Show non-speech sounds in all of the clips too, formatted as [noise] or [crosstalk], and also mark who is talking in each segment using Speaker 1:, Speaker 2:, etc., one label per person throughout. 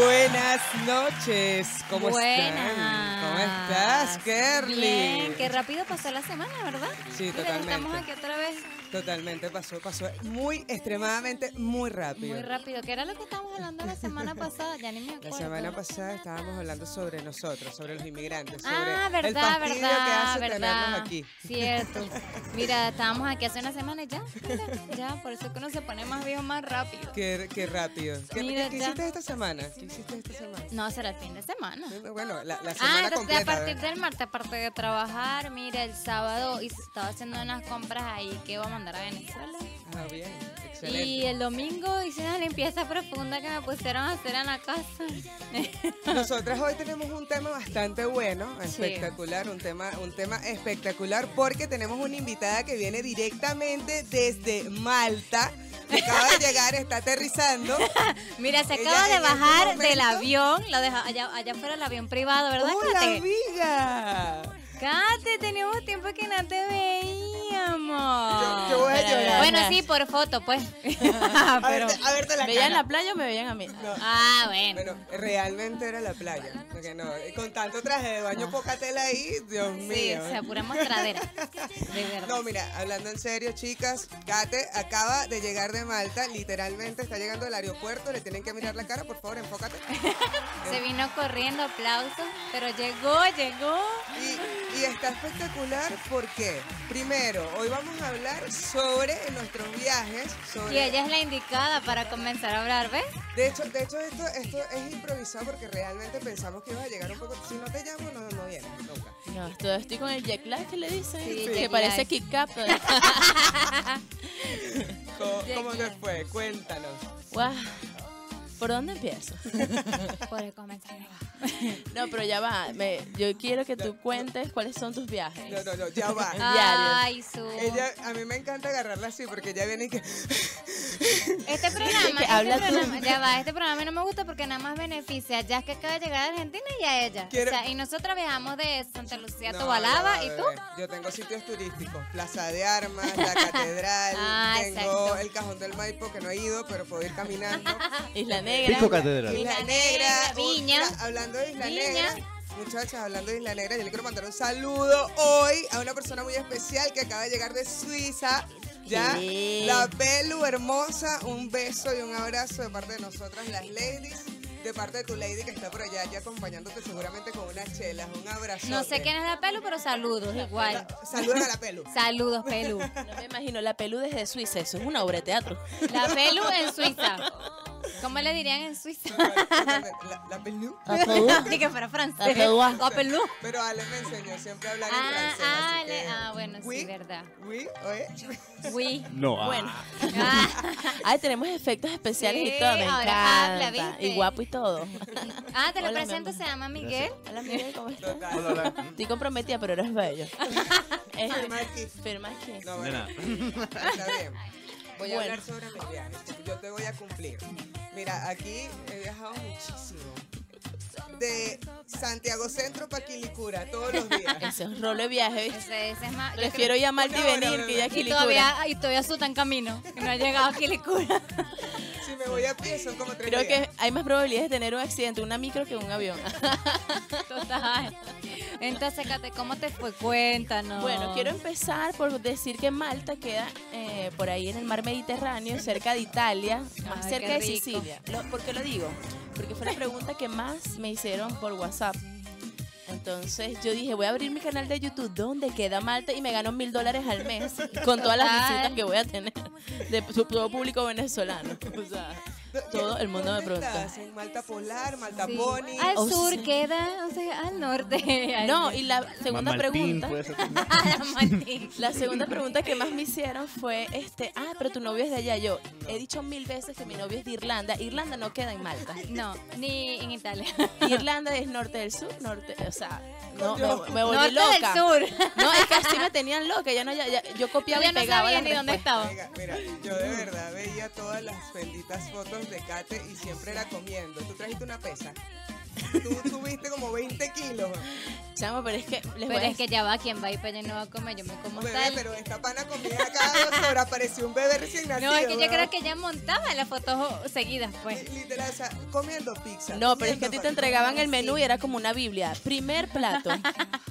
Speaker 1: Buenas noches, ¿cómo están?
Speaker 2: Buenas.
Speaker 1: ¿Cómo estás, Kerly?
Speaker 2: Bien, qué rápido pasó la semana, ¿verdad?
Speaker 1: Sí,
Speaker 2: Mira,
Speaker 1: totalmente.
Speaker 2: Estamos aquí otra vez
Speaker 1: Totalmente pasó, pasó muy extremadamente, muy rápido.
Speaker 2: muy rápido. ¿Qué era lo que estábamos hablando la semana pasada? Ya ni me
Speaker 1: La
Speaker 2: acuerdo.
Speaker 1: semana pasada estábamos hablando sobre nosotros, sobre los inmigrantes, sobre
Speaker 2: Ah,
Speaker 1: el
Speaker 2: verdad,
Speaker 1: fastidio
Speaker 2: verdad,
Speaker 1: que hace
Speaker 2: verdad.
Speaker 1: tenernos aquí. [laughs]
Speaker 2: Cierto. Mira, estábamos aquí hace una semana y ya, mira, ya, por eso es que uno se pone más viejo más rápido.
Speaker 1: Qué, qué rápido. ¿Qué,
Speaker 2: Mira
Speaker 1: qué- qué
Speaker 2: ya.
Speaker 1: hiciste esta semana? ¿Qué hiciste esta semana?
Speaker 2: No, será el fin de semana.
Speaker 1: Bueno, la, la
Speaker 2: Ah,
Speaker 1: semana
Speaker 2: entonces
Speaker 1: completa.
Speaker 2: a partir
Speaker 1: ¿verdad?
Speaker 2: del martes, aparte de trabajar, mira, el sábado y estaba haciendo unas compras ahí que iba a mandar a Venezuela.
Speaker 1: Ah, bien, excelente.
Speaker 2: Y el domingo hice una limpieza profunda que me pusieron a hacer en la casa.
Speaker 1: Nosotras hoy tenemos un tema bastante bueno,
Speaker 2: Sí.
Speaker 1: espectacular, un tema, un tema espectacular porque tenemos una invitada que viene directamente desde Malta. que Acaba de llegar, está aterrizando.
Speaker 2: [laughs] Mira, se
Speaker 1: Ella
Speaker 2: acaba
Speaker 1: en
Speaker 2: de
Speaker 1: este
Speaker 2: bajar del
Speaker 1: momento-
Speaker 2: avión. Lo deja allá, allá fuera el avión privado, ¿verdad,
Speaker 1: ¡Hola,
Speaker 2: Kate?
Speaker 1: amiga!
Speaker 2: Kate, teníamos tiempo que no te veíamos.
Speaker 1: Yo- yo voy a
Speaker 3: Pero,
Speaker 1: llorar.
Speaker 2: Bueno,
Speaker 3: Ajá.
Speaker 2: sí, por foto, pues.
Speaker 1: A
Speaker 2: Pero-
Speaker 1: verte, a verte la cara.
Speaker 3: Ah, ¿Me veían en la playa o me veían a mí?
Speaker 2: [laughs] Ah, bueno.
Speaker 1: Bueno, realmente era la playa. Porque no, con tanto traje de baño, poca tela ahí, Dios
Speaker 2: Ah. Sí,
Speaker 1: mío. ¿eh?
Speaker 2: o sea, pura mostradera. De verdad.
Speaker 1: No, mira, hablando en serio, chicas, Kate acaba de llegar de Malta, literalmente está llegando al aeropuerto, le tienen que mirar la cara, por favor, enfócate.
Speaker 2: Se vino corriendo, aplausos, pero llegó, llegó.
Speaker 1: Y, y está espectacular porque, primero, hoy vamos a hablar sobre nuestros viajes, sobre...
Speaker 2: Y ella es la indicada para comenzar a
Speaker 1: [laughs]
Speaker 2: hablar, ¿ves?
Speaker 1: De hecho, de hecho esto, esto es improvisado porque realmente pensamos que ibas a llegar un poco... Si no te llamo, no, no vienes nunca.
Speaker 3: No, estoy, estoy con el jet lag que le dicen.
Speaker 2: Sí,
Speaker 3: que
Speaker 2: jet
Speaker 3: parece
Speaker 2: lag.
Speaker 3: kick up.
Speaker 1: ¿Cómo, cómo te
Speaker 2: Llegué.
Speaker 1: fue? Cuéntanos.
Speaker 3: [laughs] Guau. ¿Por dónde empiezo?
Speaker 2: Por comenzar a hablar.
Speaker 3: No, pero ya va. me- yo quiero que tú cuentes cuáles son tus viajes.
Speaker 1: No, no, no, ya
Speaker 2: [laughs]
Speaker 1: va.
Speaker 2: Ah.
Speaker 3: diario.
Speaker 2: Ay, su.
Speaker 1: Ella, a mí me encanta agarrarla así porque ella viene y
Speaker 2: [laughs]
Speaker 1: que...
Speaker 2: Este programa,
Speaker 3: que
Speaker 2: este
Speaker 3: habla tú.
Speaker 2: programa- ya va, este programa no me gusta porque nada más beneficia a Jazz que acaba de llegar a Argentina y a ella.
Speaker 1: Quiero-
Speaker 2: O sea, y nosotros viajamos de Santa Lucía a
Speaker 1: No,
Speaker 2: Tobalaba
Speaker 1: no,
Speaker 2: y tú.
Speaker 1: bebé. Yo tengo sitios turísticos, Plaza de Armas,
Speaker 2: [laughs]
Speaker 1: la catedral,
Speaker 2: Ah,
Speaker 1: tengo
Speaker 2: exacto.
Speaker 1: el cajón del Maipo que no he ido, pero puedo ir caminando.
Speaker 3: Isla
Speaker 4: Pico
Speaker 3: Negra.
Speaker 4: Catedral.
Speaker 1: Isla
Speaker 2: Isla
Speaker 1: Negra,
Speaker 2: Negra, Viña.
Speaker 1: otra- hablando de Isla
Speaker 2: Viña.
Speaker 1: Negra. Muchachas, hablando de Isla Negra, yo le quiero mandar un saludo hoy a una persona muy especial que acaba de llegar de Suiza. Ya,
Speaker 3: Sí.
Speaker 1: la Belu hermosa, un beso y un abrazo de parte de nosotras las ladies, de parte de tu lady que está por allá ya acompañándote seguramente con unas chelas, un abrazo.
Speaker 2: No sé quién es la Pelu, pero saludos igual.
Speaker 1: Saludos a la
Speaker 2: [laughs]
Speaker 1: Pelu.
Speaker 2: Saludos, Pelu.
Speaker 3: No me imagino la pelú desde Suiza. Eso es una obra de teatro.
Speaker 2: La Pelu en Suiza. ¿Cómo le dirían en Suiza?
Speaker 1: la, la Pelu.
Speaker 3: Ah,
Speaker 2: [laughs]
Speaker 3: pues,
Speaker 2: Ni que fuera francés.
Speaker 3: La Pelu.
Speaker 2: La Pelu.
Speaker 1: Pero Ale me enseñó siempre a hablar en
Speaker 2: Ah,
Speaker 1: francés. así
Speaker 2: Ale,
Speaker 1: que-
Speaker 2: ah, bueno, sí,
Speaker 1: Oui, [laughs]
Speaker 2: verdad.
Speaker 1: oui, oye.
Speaker 3: [laughs]
Speaker 2: Oui.
Speaker 4: No, ah.
Speaker 3: Bueno.
Speaker 2: Ah,
Speaker 3: Ay, tenemos efectos especiales
Speaker 2: Sí,
Speaker 3: y todo. Me
Speaker 2: ahora habla,
Speaker 3: encanta.
Speaker 2: ¿viste?
Speaker 3: Y guapo y todo.
Speaker 2: ah, te lo
Speaker 3: Hola, mi
Speaker 2: presento,
Speaker 3: amor.
Speaker 2: se llama Miguel.
Speaker 3: Hola, Miguel, [laughs] ¿cómo estás?
Speaker 1: Total.
Speaker 4: Hola, hola.
Speaker 3: Estoy comprometida, pero eres bello. [laughs] Es-
Speaker 1: Firma aquí.
Speaker 3: Firma aquí.
Speaker 1: No, bueno,
Speaker 4: Nena,
Speaker 1: está bien. Voy a
Speaker 3: Bueno.
Speaker 1: hablar sobre mis viajes. porque Yo te voy a cumplir. Mira, aquí he viajado muchísimo. De Santiago Centro para Quilicura, todos los días.
Speaker 3: Eso es rolo de viaje, ¿viste?
Speaker 2: Ese, ese es más. yo
Speaker 3: Prefiero ir a Malta y
Speaker 1: Una hora,
Speaker 3: venir que ir
Speaker 1: bebé.
Speaker 2: creo-
Speaker 3: a
Speaker 2: y
Speaker 3: Quilicura.
Speaker 2: todavía, y todavía su tan camino. Que no ha llegado a
Speaker 3: [laughs]
Speaker 2: Quilicura.
Speaker 1: Si me voy a pie, son como tres
Speaker 3: Creo
Speaker 1: días.
Speaker 3: que hay más probabilidades de tener un accidente, una micro que un avión.
Speaker 2: Total. Entonces, Kate, ¿cómo te fue? Cuéntanos.
Speaker 3: Bueno, quiero empezar por decir que Malta queda eh, por ahí en el mar Mediterráneo, cerca de Italia, más
Speaker 2: Ay,
Speaker 3: cerca
Speaker 2: qué
Speaker 3: de
Speaker 2: rico.
Speaker 3: Sicilia. Lo- ¿Por qué lo digo? Porque fue la pregunta que más me hicieron por WhatsApp. Entonces yo dije, voy a abrir mi canal de YouTube, ¿dónde queda Malta? Y me ganó mil dólares al mes con todas las
Speaker 2: Total.
Speaker 3: visitas que voy a tener de su- todo público venezolano. O [laughs] sea, todo el mundo me
Speaker 1: ¿Dónde
Speaker 3: preguntó.
Speaker 1: estás? En Malta Polar, Malta
Speaker 2: Sí.
Speaker 1: Pony.
Speaker 2: Al
Speaker 3: Oh,
Speaker 2: sur
Speaker 3: sí.
Speaker 2: queda, o sea, al norte. [laughs] Ay,
Speaker 3: No, y la segunda
Speaker 4: Mamaltín,
Speaker 3: pregunta...
Speaker 4: puede ser.
Speaker 2: [laughs] a la Martín.
Speaker 3: La segunda pregunta que más me hicieron fue este, ah, pero tu novio es de allá. Yo he dicho mil veces que mi novio es de Irlanda. Irlanda no queda en Malta.
Speaker 2: No, ni en
Speaker 3: [laughs]
Speaker 2: Italia.
Speaker 3: Irlanda es norte del sur, norte, o sea, no, me, me
Speaker 2: norte
Speaker 3: volví loca.
Speaker 2: del sur.
Speaker 3: No, es que así me tenían loca, ya no, ya, ya- yo copiaba
Speaker 2: Yo
Speaker 3: y
Speaker 2: no
Speaker 3: pegaba.
Speaker 2: sabía
Speaker 3: las
Speaker 2: ni dónde
Speaker 3: respuestas.
Speaker 2: estaba.
Speaker 1: Mira, mira, yo de verdad veía todas las benditas fotos de Kate y siempre la comiendo. Tú trajiste una pesa. Tú tuviste como 20 kilos.
Speaker 3: Chamo, pero es que les
Speaker 2: Pero
Speaker 3: voy a
Speaker 2: es que ya va, quien va y para allá no va a comer, yo me como
Speaker 1: Bebé,
Speaker 2: tal.
Speaker 1: pero esta pana comía cada dos horas. Parecía un bebé recién nacido.
Speaker 2: No, es que yo
Speaker 1: weón.
Speaker 2: creo que ya montaba las fotos seguidas, pues.
Speaker 1: Li- Literal, o sea, comiendo pizza.
Speaker 3: No, pero es que a ti
Speaker 1: comiendo
Speaker 3: te
Speaker 1: pan.
Speaker 3: entregaban el menú y era como una Biblia.
Speaker 2: [laughs]
Speaker 3: Primer plato,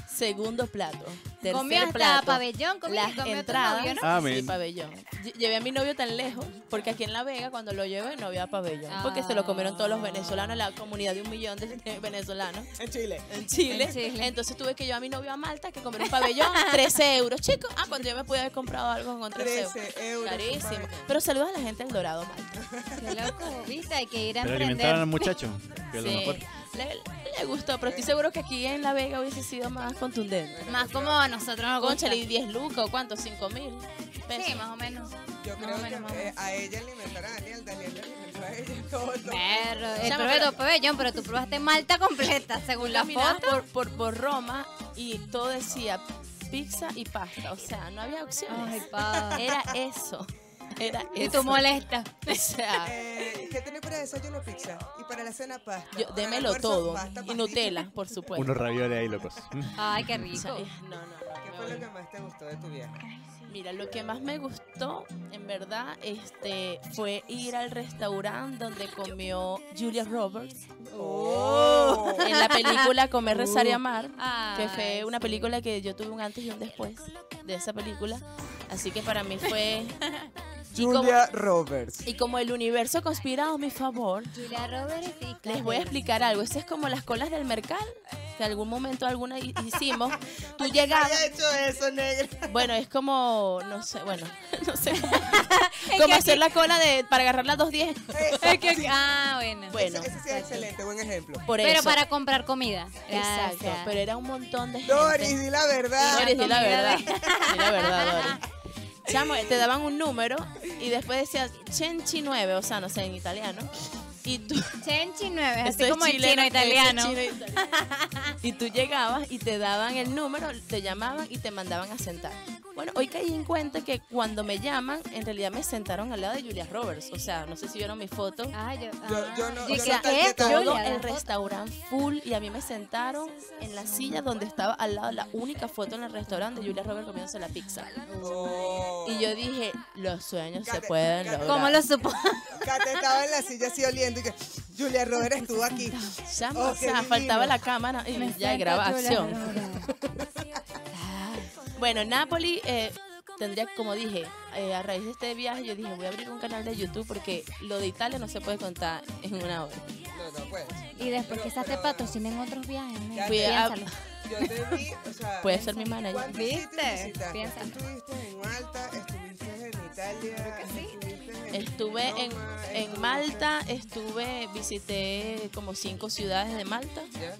Speaker 3: segundo plato, tercer
Speaker 2: Comió hasta
Speaker 3: plato.
Speaker 2: pabellón, comió-
Speaker 3: las
Speaker 2: comió tu
Speaker 3: entradas.
Speaker 2: novio, ¿no?
Speaker 3: Sí,
Speaker 4: Amén.
Speaker 3: pabellón. Lle- Llevé a mi novio tan lejos, porque aquí en La Vega cuando lo llevé no había pabellón,
Speaker 2: Ah.
Speaker 3: porque se lo comieron todos los venezolanos, la comunidad de un millón de de [laughs] venezolanos
Speaker 1: En Chile.
Speaker 3: en Chile.
Speaker 2: En Chile.
Speaker 3: Entonces tuve que llevar a mi novio a Malta que comer un
Speaker 2: [laughs]
Speaker 3: pabellón, 13 euros, chicos. Ah, cuando yo me pude haber comprado algo con 13 euros.
Speaker 1: 13 euros.
Speaker 3: Carísimo.
Speaker 1: compadre.
Speaker 3: Pero saludos a la gente del Dorado, Malta.
Speaker 2: Qué loco, viste, hay que ir a
Speaker 4: Pero alimentaron al
Speaker 2: emprender.
Speaker 4: muchacho. Que a lo
Speaker 3: Sí.
Speaker 4: mejor.
Speaker 3: Le, le gustó, pero estoy seguro que aquí en La Vega hubiese sido más contundente.
Speaker 2: Más como a nosotros nos gusta.
Speaker 3: Concha, y 10 lucas o cuánto, 5 mil pesos.
Speaker 2: Sí, más o menos.
Speaker 1: Yo
Speaker 2: Más o
Speaker 1: creo
Speaker 2: menos, más o
Speaker 1: que eh,
Speaker 2: menos.
Speaker 1: a ella alimentara a Daniel, Daniel le alimentó a ella [laughs] todo. todo.
Speaker 2: Pero, el
Speaker 3: Chama,
Speaker 2: proveedor,
Speaker 3: pero-
Speaker 2: pabellón, pero tú probaste Malta completa, según la
Speaker 3: Caminaba
Speaker 2: foto.
Speaker 3: por, por, por Roma y todo decía pizza y pasta. O sea, no había
Speaker 2: Ay,
Speaker 3: opciones.
Speaker 2: pa.
Speaker 3: Era eso. Era eso.
Speaker 2: Y tú molesta.
Speaker 3: [laughs] O sea,
Speaker 1: Eh, ¿Qué tenés para desayuno pizza? Y para la cena pasta.
Speaker 3: yo,
Speaker 1: Para el
Speaker 3: démelo
Speaker 1: almuerzo,
Speaker 3: todo.
Speaker 1: pasta,
Speaker 3: y
Speaker 1: pastita.
Speaker 3: Nutella, por supuesto.
Speaker 4: Unos ravioles ahí locos.
Speaker 2: Ay, qué
Speaker 3: O sea,
Speaker 2: rico.
Speaker 3: eh, no, no, no,
Speaker 1: ¿Qué
Speaker 3: me
Speaker 1: fue
Speaker 3: voy.
Speaker 1: lo que más te gustó de tu viaje?
Speaker 3: Mira, lo que más me gustó, en verdad, este, fue ir al restaurante donde comió Julia Roberts.
Speaker 1: Oh.
Speaker 3: En la película Comer, Rezar y Amar, que
Speaker 2: Ay,
Speaker 3: fue
Speaker 2: Uh.
Speaker 3: una
Speaker 2: Ah, sí.
Speaker 3: película que yo tuve un antes y un después de esa película. Así que para mí
Speaker 2: [laughs]
Speaker 3: fue... y como-
Speaker 1: Julia Roberts.
Speaker 3: Y como el universo conspira a mi favor,
Speaker 2: Julia Roberts y
Speaker 3: les voy a explicar algo. Esto es como las colas del mercado, que algún momento alguna hi-
Speaker 2: [laughs]
Speaker 3: hicimos. Tú llegabas...
Speaker 1: Había hecho eso, negra. [laughs]
Speaker 3: Bueno, es como... No sé, bueno, [laughs] no
Speaker 2: [laughs]
Speaker 3: sé.
Speaker 2: que
Speaker 3: Como
Speaker 2: aquí-
Speaker 3: hacer la cola de, para agarrar las 2.10.
Speaker 2: Es que- Ah, bueno.
Speaker 3: Bueno,
Speaker 1: Ese sí es excelente, buen ejemplo.
Speaker 3: por
Speaker 2: Pero
Speaker 3: eso.
Speaker 2: para comprar comida.
Speaker 3: Exacto,
Speaker 2: Gracias.
Speaker 3: pero era un montón de gente.
Speaker 1: Doris, di la verdad.
Speaker 3: Doris, di la
Speaker 2: Comida
Speaker 3: verdad.
Speaker 2: de-
Speaker 3: Di la verdad, Doris.
Speaker 2: [laughs]
Speaker 3: Chamo, te daban un número y después decías Chenchi 9, o sea, no sé, en italiano. Y tú.
Speaker 2: Chenchi 9,
Speaker 3: Eso
Speaker 2: así
Speaker 3: es
Speaker 2: como el
Speaker 3: chileno,
Speaker 2: chino
Speaker 3: eso es
Speaker 2: italiano.
Speaker 3: chino e italiano. Y tú llegabas y te daban el número, te llamaban y te mandaban a sentar. Bueno, hoy caí en cuenta que cuando me llaman, en realidad me sentaron al lado de Julia Roberts. O sea, no sé si vieron mi foto.
Speaker 2: Ah, yo,
Speaker 1: Yo-
Speaker 2: ah.
Speaker 1: yo no-
Speaker 3: O
Speaker 1: yo
Speaker 3: sea,
Speaker 1: no tarjeta.
Speaker 2: Julia,
Speaker 3: todo
Speaker 2: la
Speaker 3: el
Speaker 2: foto.
Speaker 3: restaurante full y a mí me sentaron en la silla donde estaba al lado la única foto en el restaurante de Julia Roberts comiéndose la pizza.
Speaker 1: Oh.
Speaker 3: Y yo dije, los sueños se
Speaker 1: Cate-
Speaker 3: pueden
Speaker 1: cate-
Speaker 3: lograr.
Speaker 2: ¿Cómo lo supo?
Speaker 1: Cate estaba en la silla así oliendo y que Julia Roberts estuvo aquí.
Speaker 3: Chamo,
Speaker 1: Oh,
Speaker 3: o
Speaker 1: qué
Speaker 3: sea,
Speaker 1: divino.
Speaker 3: faltaba la cámara y ya graba acción. Bueno, Napoli eh, tendría, como dije, eh, a raíz de este viaje yo dije, voy a abrir un canal de YouTube porque lo de Italia no se puede contar en una hora.
Speaker 1: No, no pues. puedes.
Speaker 2: Y después quizás te patrocinen otros viajes. ¿no?
Speaker 1: Ya,
Speaker 3: Fui a-
Speaker 2: Piénsalo.
Speaker 1: Yo te vi, o sea.
Speaker 3: Puede ser mi manager.
Speaker 1: ¿cuántos sitios
Speaker 2: ¿Viste?
Speaker 1: visitaste?
Speaker 2: Piénsalo.
Speaker 1: Tú Estuviste en Malta, estuviste en Italia. estuviste en
Speaker 3: Estuve en,
Speaker 1: Roma,
Speaker 3: en
Speaker 1: estuviste-
Speaker 3: Malta, estuve, visité como cinco ciudades de Malta.
Speaker 1: Ya.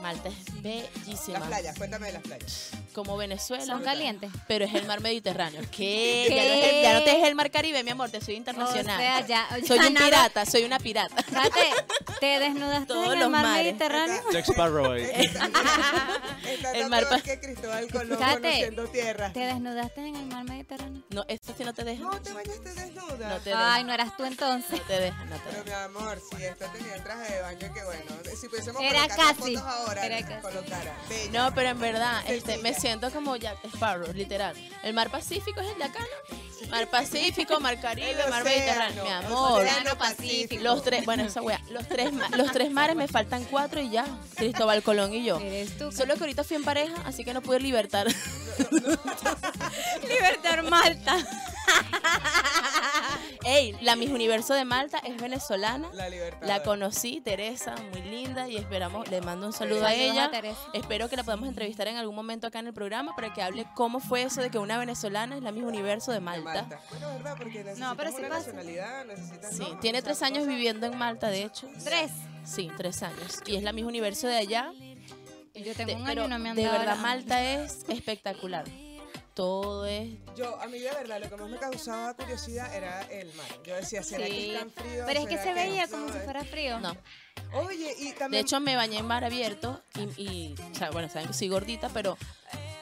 Speaker 3: Malta es bellísima.
Speaker 1: Las playas, cuéntame de las playas.
Speaker 3: Como Venezuela.
Speaker 2: Son calientes.
Speaker 3: Pero es el mar Mediterráneo.
Speaker 2: [laughs]
Speaker 3: ¿Qué?
Speaker 2: ¿Qué?
Speaker 3: Ya, no es el, ya no te es el mar Caribe, mi amor, te soy internacional.
Speaker 2: O sea, ya- ya
Speaker 3: soy un
Speaker 2: nada.
Speaker 3: pirata, soy una pirata. [laughs]
Speaker 2: Fíjate, te desnudaste
Speaker 3: Todos
Speaker 2: en el
Speaker 3: los
Speaker 2: mar
Speaker 3: mares.
Speaker 2: Mediterráneo.
Speaker 1: Está-
Speaker 4: Jack Sparrow ahí.
Speaker 1: [laughs]
Speaker 3: [laughs]
Speaker 1: está- Está
Speaker 3: El
Speaker 1: el
Speaker 3: mar
Speaker 1: mar
Speaker 3: pa-
Speaker 1: que Cristóbal Colón
Speaker 2: Cate.
Speaker 1: conociendo tierra.
Speaker 2: Te desnudaste en el mar Mediterráneo.
Speaker 3: No, esto sí no te deja.
Speaker 1: No te bañaste desnuda.
Speaker 3: No te deja.
Speaker 2: Ay, no eras tú entonces.
Speaker 3: No te deja, no te
Speaker 1: Pero
Speaker 3: deja.
Speaker 1: mi amor, si esta tenía traje de baño, que bueno. Si pudiésemos
Speaker 2: Era
Speaker 1: colocar las
Speaker 2: casi,
Speaker 1: fotos ahora,
Speaker 2: era casi.
Speaker 1: colocara. Bella.
Speaker 3: No, pero en verdad, este, me
Speaker 1: Sencilla.
Speaker 3: siento como Jack Sparrow, literal. El mar Pacífico es el de acá, ¿no? Mar Pacífico, mar Caribe,
Speaker 1: El
Speaker 3: mar
Speaker 1: océano,
Speaker 3: Mediterráneo. Mi
Speaker 1: el
Speaker 3: amor.
Speaker 1: océano Pacífico.
Speaker 3: Los tres, bueno, esa wea. Los tres, ma- los tres mares me faltan cuatro y ya. Cristóbal Colón y yo.
Speaker 2: Eres tú.
Speaker 3: Solo que ahorita fui en pareja, así que no pude libertar.
Speaker 2: Libertad Malta.
Speaker 3: [laughs] Ey, la Miss Universo de Malta es venezolana.
Speaker 1: La libertad.
Speaker 3: La conocí, Teresa, muy linda, y esperamos, le mando un saludo a
Speaker 2: Saludos a
Speaker 3: ella.
Speaker 2: Teresa.
Speaker 3: Espero que la podamos entrevistar en algún momento acá en el programa para que hable cómo fue eso de que una venezolana es la Miss Universo de
Speaker 1: de
Speaker 3: Malta.
Speaker 1: Malta. Bueno, ¿verdad? Porque necesitas
Speaker 2: No, pero sí
Speaker 1: una
Speaker 2: pasa.
Speaker 1: nacionalidad, necesitas...
Speaker 3: Sí,
Speaker 1: no,
Speaker 3: tiene
Speaker 1: muchas
Speaker 3: tres años
Speaker 1: cosas.
Speaker 3: viviendo en Malta, de hecho.
Speaker 2: Tres.
Speaker 3: Sí, tres años. Y es la Miss Universo de allá.
Speaker 2: Yo tengo
Speaker 3: Te-
Speaker 2: un
Speaker 3: pero
Speaker 2: año y no me han
Speaker 3: de
Speaker 2: dado
Speaker 3: verdad,
Speaker 2: la-
Speaker 3: Malta es espectacular. Todo es
Speaker 1: Yo, a mí de verdad, lo que más me causaba curiosidad era el mar. Yo decía, ¿será que
Speaker 2: Sí.
Speaker 1: es tan frío?
Speaker 2: Pero es que
Speaker 1: ¿Será
Speaker 2: se veía
Speaker 1: no?
Speaker 2: como si fuera frío.
Speaker 3: No.
Speaker 1: Oye, y
Speaker 3: De
Speaker 1: también...
Speaker 3: hecho, me bañé en mar abierto y, y, o sea, bueno, saben que soy gordita, pero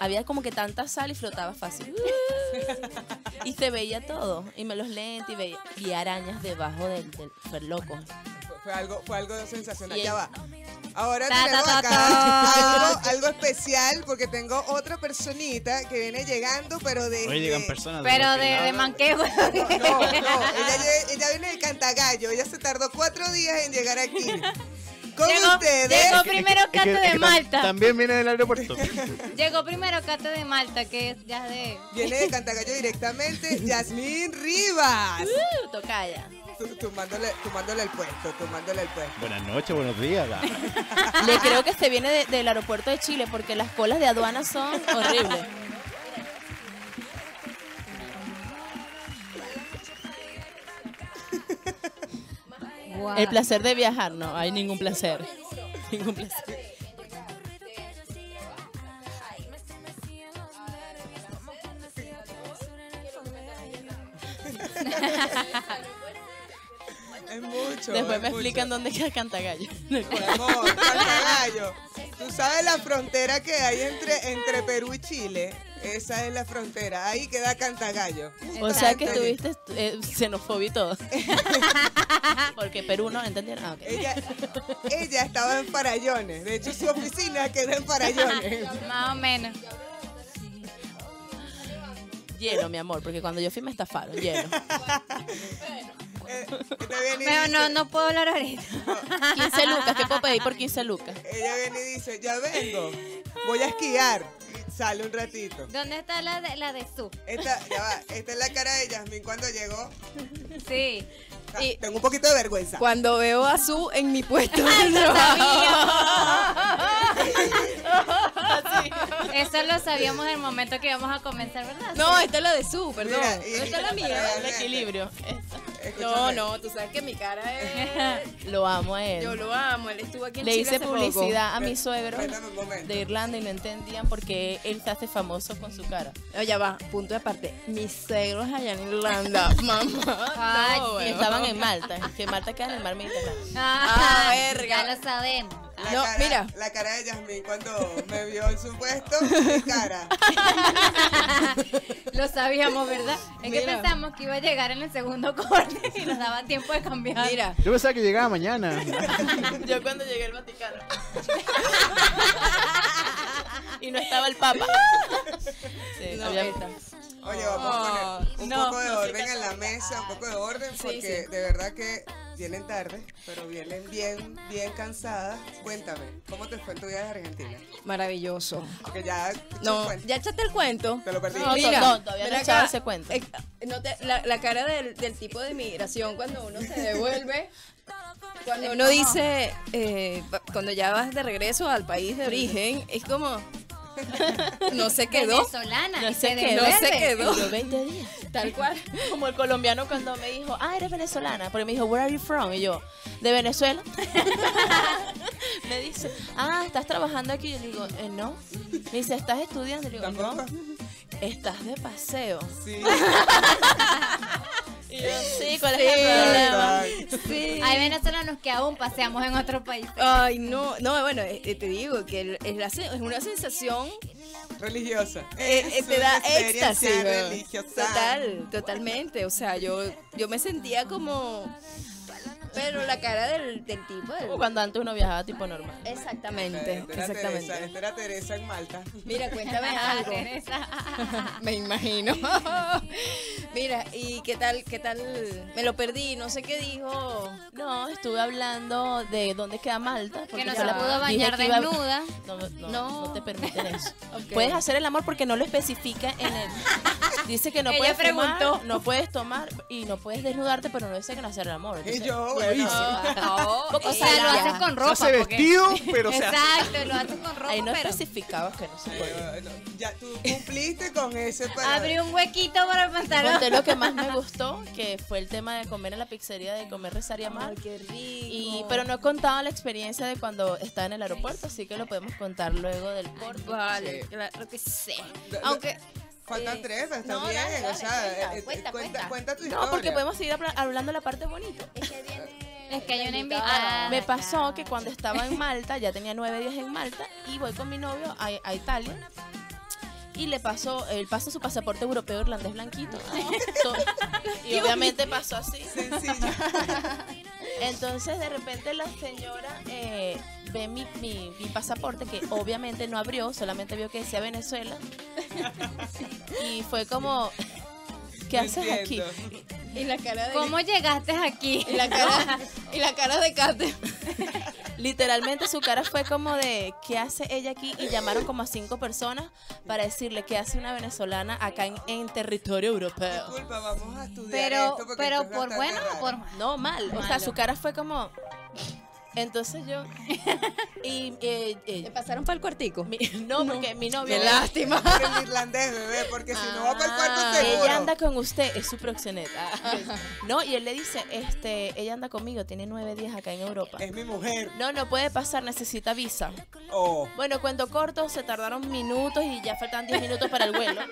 Speaker 3: había como que tanta sal y flotaba fácil. Y se veía todo. Y me los lentes y veía y arañas debajo del, del fue loco.
Speaker 1: Fue- Fue algo, fue algo sensacional.
Speaker 3: Y
Speaker 1: Ya
Speaker 3: el-
Speaker 1: va. Ahora
Speaker 2: Ta, ta,
Speaker 1: tenemos
Speaker 2: ta,
Speaker 1: acá
Speaker 2: ta.
Speaker 1: Algo, algo especial porque tengo otra personita que viene llegando, pero de.
Speaker 4: Oye, llegan
Speaker 1: de-
Speaker 4: personas.
Speaker 2: Pero
Speaker 4: cualquier
Speaker 2: de,
Speaker 4: lado.
Speaker 2: de manqueo.
Speaker 1: No, no, ella, lle- ella viene de Cantagallo. Ella se tardó cuatro días en llegar aquí. Con
Speaker 2: [laughs] Llegó,
Speaker 1: ustedes.
Speaker 2: llegó primero
Speaker 4: Es que-
Speaker 2: Cate
Speaker 4: es
Speaker 2: de
Speaker 4: que tam-
Speaker 2: Malta.
Speaker 4: También viene del aeropuerto.
Speaker 2: Llegó primero Cate de Malta, que es ya de.
Speaker 1: Viene de Cantagallo directamente Yasmín Rivas.
Speaker 3: Uh, Tocaya.
Speaker 1: Tu- Tumbándole, tumbándole el puesto, tumbándole el puesto.
Speaker 4: Buenas noches, buenos días. la-
Speaker 3: Le creo que se viene de- del aeropuerto de Chile porque las colas de aduana son horribles.
Speaker 2: Guau.
Speaker 3: El placer de viajar, no, hay ningún placer. Ningún placer.
Speaker 1: Es mucho.
Speaker 3: Después
Speaker 1: es
Speaker 3: me
Speaker 1: mucho.
Speaker 3: explican dónde queda Cantagallo.
Speaker 1: Mi amor, Cantagallo. Tú sabes la frontera que hay entre, entre Perú y Chile. Esa es la frontera. Ahí queda Cantagallo.
Speaker 3: O sea que
Speaker 1: Justamente allí.
Speaker 3: estuviste eh, xenofobia y
Speaker 5: [laughs]
Speaker 3: todo. Porque Perú no entendieron. Ah, ok.
Speaker 5: Eh.
Speaker 1: Ella, ella estaba en Farallones. De hecho, su oficina queda en Farallones.
Speaker 2: Más o menos.
Speaker 3: Lleno, mi amor, porque cuando yo fui me estafaron, lleno.
Speaker 1: Eh, esta viene y
Speaker 2: Pero no,
Speaker 1: dice-
Speaker 2: no puedo hablar ahorita.
Speaker 3: 15 lucas, ¿qué puedo pedir por 15 lucas?
Speaker 1: Ella viene y dice, ya vengo, voy a esquiar. Y Sale un ratito.
Speaker 2: ¿Dónde está la de, la de su?
Speaker 1: Esta, ya va, esta es la cara de Yasmin cuando llegó.
Speaker 2: Sí.
Speaker 1: O sea,
Speaker 5: Y-
Speaker 1: tengo un poquito de vergüenza.
Speaker 5: Cuando veo a Su en mi
Speaker 3: [laughs]
Speaker 5: puesto de
Speaker 2: Lo
Speaker 5: trabajo.
Speaker 2: sabíamos. [laughs] Eso lo sabíamos en el momento que íbamos a comenzar, ¿verdad?
Speaker 5: No, esta es la de Su, perdón.
Speaker 1: Mira, y-
Speaker 5: ¿Dónde está la mía?
Speaker 1: Realmente.
Speaker 3: El equilibrio.
Speaker 5: No,
Speaker 1: Escúchame.
Speaker 5: no, tú sabes que mi cara
Speaker 3: [laughs]
Speaker 5: es...
Speaker 3: Lo amo a él.
Speaker 5: Yo lo amo, él estuvo aquí en
Speaker 3: Le
Speaker 5: Chile
Speaker 3: hice
Speaker 5: hace poco.
Speaker 3: publicidad a mi suegro
Speaker 1: Espérame un momento.
Speaker 3: de Irlanda y no entendían por qué él se hace famoso con su cara.
Speaker 5: No, Oh, ya va, punto de aparte. Mis suegros allá en
Speaker 3: [laughs]
Speaker 5: Irlanda, mamá.
Speaker 2: Ay,
Speaker 5: no,
Speaker 2: sí.
Speaker 5: weón.
Speaker 3: Estaban en Malta, que Malta queda en el mar
Speaker 5: [laughs]
Speaker 3: Mediterráneo.
Speaker 5: Ah, verga.
Speaker 2: Ya lo sabemos. [laughs]
Speaker 1: La
Speaker 5: No,
Speaker 1: cara,
Speaker 5: mira.
Speaker 1: La cara de Yasmin cuando me vio en su
Speaker 5: [laughs]
Speaker 1: puesto, mi cara.
Speaker 2: Lo sabíamos, ¿verdad? Es que
Speaker 5: Mira.
Speaker 2: pensamos que iba a llegar en el segundo corte y nos daba tiempo de cambiar.
Speaker 5: Mira,
Speaker 3: Ah,
Speaker 4: Yo pensaba que llegaba mañana.
Speaker 3: Yo cuando llegué al Vaticano. [laughs] y no estaba el
Speaker 5: [laughs]
Speaker 3: Papa. Sí,
Speaker 5: No, eh,
Speaker 3: había-
Speaker 5: esta.
Speaker 1: Oye, vamos a poner un
Speaker 5: Oh, No,
Speaker 1: poco de
Speaker 5: no sé
Speaker 1: orden en la mesa, un poco de orden, porque de verdad que vienen tarde, pero vienen bien, bien cansadas. Cuéntame, ¿cómo te fue en tu viaje a Argentina?
Speaker 5: maravilloso.
Speaker 1: Porque ya,
Speaker 5: No,
Speaker 1: cuenta,
Speaker 5: ya echaste el cuento.
Speaker 1: te lo perdí.
Speaker 3: No, no, todavía
Speaker 5: ven
Speaker 3: no he
Speaker 5: acá.
Speaker 3: echado ese cuento.
Speaker 5: Eh, no te- la, la cara del, del tipo de migración cuando uno se devuelve, cuando uno dice, eh, pa- cuando ya vas de regreso al país de origen, es como,
Speaker 3: [laughs]
Speaker 5: no se quedó,
Speaker 2: Venezolana.
Speaker 3: No
Speaker 2: y
Speaker 3: se
Speaker 2: se
Speaker 3: quedó,
Speaker 5: no se
Speaker 2: devuelve.
Speaker 5: quedó,
Speaker 3: Yo 20 días.
Speaker 5: tal cual.
Speaker 3: Como el colombiano cuando me dijo, ah, eres venezolana. Porque me dijo, where are you from? Y yo, de Venezuela. [laughs] me dice, ah, estás trabajando aquí. Yo le digo, eh, no. Me dice, estás estudiando. Le digo, no.
Speaker 1: Tampoco.
Speaker 3: Estás de paseo.
Speaker 5: [laughs]
Speaker 1: Sí.
Speaker 3: Y yo, sí, ¿cuál es el
Speaker 5: Eh,
Speaker 3: problema?
Speaker 5: [laughs]
Speaker 1: Exacto.
Speaker 5: Sí.
Speaker 2: Hay venezolanos que aún paseamos en otro país.
Speaker 5: Ay, no, no, bueno, eh, eh, te digo que el- es, la se- es una sensación
Speaker 1: Religiosa.
Speaker 5: eh, eh,
Speaker 1: Es
Speaker 5: te da
Speaker 1: una experiencia
Speaker 5: éxtasis, weón.
Speaker 1: religiosa.
Speaker 5: total, totalmente, o sea, yo, yo me sentía como, pero la cara del, del tipo, del-
Speaker 3: Como cuando antes uno viajaba tipo normal.
Speaker 5: exactamente,
Speaker 1: Esta era Teresa,
Speaker 5: exactamente.
Speaker 1: esta era Teresa en Malta.
Speaker 5: Mira, cuéntame
Speaker 2: Ah,
Speaker 5: algo.
Speaker 2: Teresa.
Speaker 5: Me imagino. [laughs] Mira, ¿y qué tal, qué tal? Me lo perdí, no sé qué dijo.
Speaker 3: No, estuve hablando de dónde queda Malta. porque
Speaker 2: Que no
Speaker 3: ya
Speaker 2: se
Speaker 3: la-
Speaker 2: pudo
Speaker 3: dije
Speaker 2: bañar
Speaker 3: que iba-
Speaker 2: desnuda.
Speaker 3: No, no,
Speaker 5: No.
Speaker 3: no te permiten eso.
Speaker 5: Ok.
Speaker 3: Puedes hacer el amor porque no lo especifica en el. Dice que no
Speaker 2: Ella
Speaker 3: puedes fumar,
Speaker 2: preguntó.
Speaker 3: no puedes tomar y no puedes desnudarte, pero no dice que no hacer el amor.
Speaker 1: Y
Speaker 3: Entonces,
Speaker 1: yo,
Speaker 3: digo,
Speaker 1: bueno.
Speaker 3: no,
Speaker 2: O sea, lo haces con ropa.
Speaker 4: Se hace
Speaker 2: porque-
Speaker 4: vestido, pero se hace.
Speaker 2: Exacto, lo haces con ropa,
Speaker 3: Ahí no
Speaker 2: pero
Speaker 3: especificabas que no se puede.
Speaker 1: eh, no, Ya tú cumpliste con ese para.
Speaker 2: abrí un huequito para el pantalón.
Speaker 3: Conté lo que más me gustó, que fue el tema de comer en la pizzería, de comer, rezar y amar.
Speaker 5: qué rico.
Speaker 3: Y, pero no he contado la experiencia de cuando estaba en el aeropuerto, así que lo podemos contar luego del corte.
Speaker 5: Vale, claro que sí.
Speaker 1: Da- da-
Speaker 5: Aunque
Speaker 1: Faltan tres, pero está
Speaker 3: eh, no,
Speaker 1: bien.
Speaker 3: dale,
Speaker 1: o
Speaker 3: dale,
Speaker 1: sea,
Speaker 3: cuenta,
Speaker 1: eh, eh,
Speaker 3: cuenta, cuenta.
Speaker 1: cuenta tu historia.
Speaker 3: No, porque podemos seguir habla- hablando la parte bonita.
Speaker 2: Es que hay una invitada.
Speaker 3: Me pasó que cuando estaba en Malta, ya tenía nueve días en Malta, y voy con mi novio a, a Italia. Y le pasó, él pasó su pasaporte europeo irlandés blanquito. To- y obviamente pasó así.
Speaker 1: Sencillo.
Speaker 3: Entonces de repente la señora eh, ve mi, mi- mi pasaporte, que obviamente no abrió, solamente vio que decía Venezuela. y fue como, [laughs] ¿qué
Speaker 1: No
Speaker 3: haces aquí?
Speaker 1: entiendo.
Speaker 5: Y la cara de.
Speaker 2: ¿Cómo llegaste aquí?
Speaker 5: Y la cara, y la cara de Kate.
Speaker 3: Literalmente su cara fue como de ¿qué hace ella aquí? Y llamaron como a cinco personas para decirle qué hace una venezolana acá en, en territorio europeo.
Speaker 1: Disculpa, vamos a estudiar
Speaker 2: [laughs] Pero,
Speaker 1: esto porque esto
Speaker 2: pero
Speaker 1: es
Speaker 2: por
Speaker 1: bastante
Speaker 2: bueno o
Speaker 1: raro.
Speaker 2: por mal.
Speaker 3: No, mal. O sea,
Speaker 2: Malo.
Speaker 3: su cara fue como. Entonces yo. Y eh, eh,
Speaker 5: pasaron para el cuartico?
Speaker 3: mi- no, porque mi novio.
Speaker 5: Qué lástima.
Speaker 3: [laughs]
Speaker 1: Pero en irlandés, bebé, porque si no va para el cuarto
Speaker 5: Ah,
Speaker 1: seguro.
Speaker 3: Ella anda con usted, es su proxeneta. No, y él le dice, este, ella anda conmigo, tiene nueve días acá en Europa.
Speaker 1: Es mi mujer.
Speaker 3: No, no puede pasar, necesita visa.
Speaker 1: Oh.
Speaker 3: Bueno, cuento corto, se tardaron minutos y ya faltan 10 minutos para el vuelo.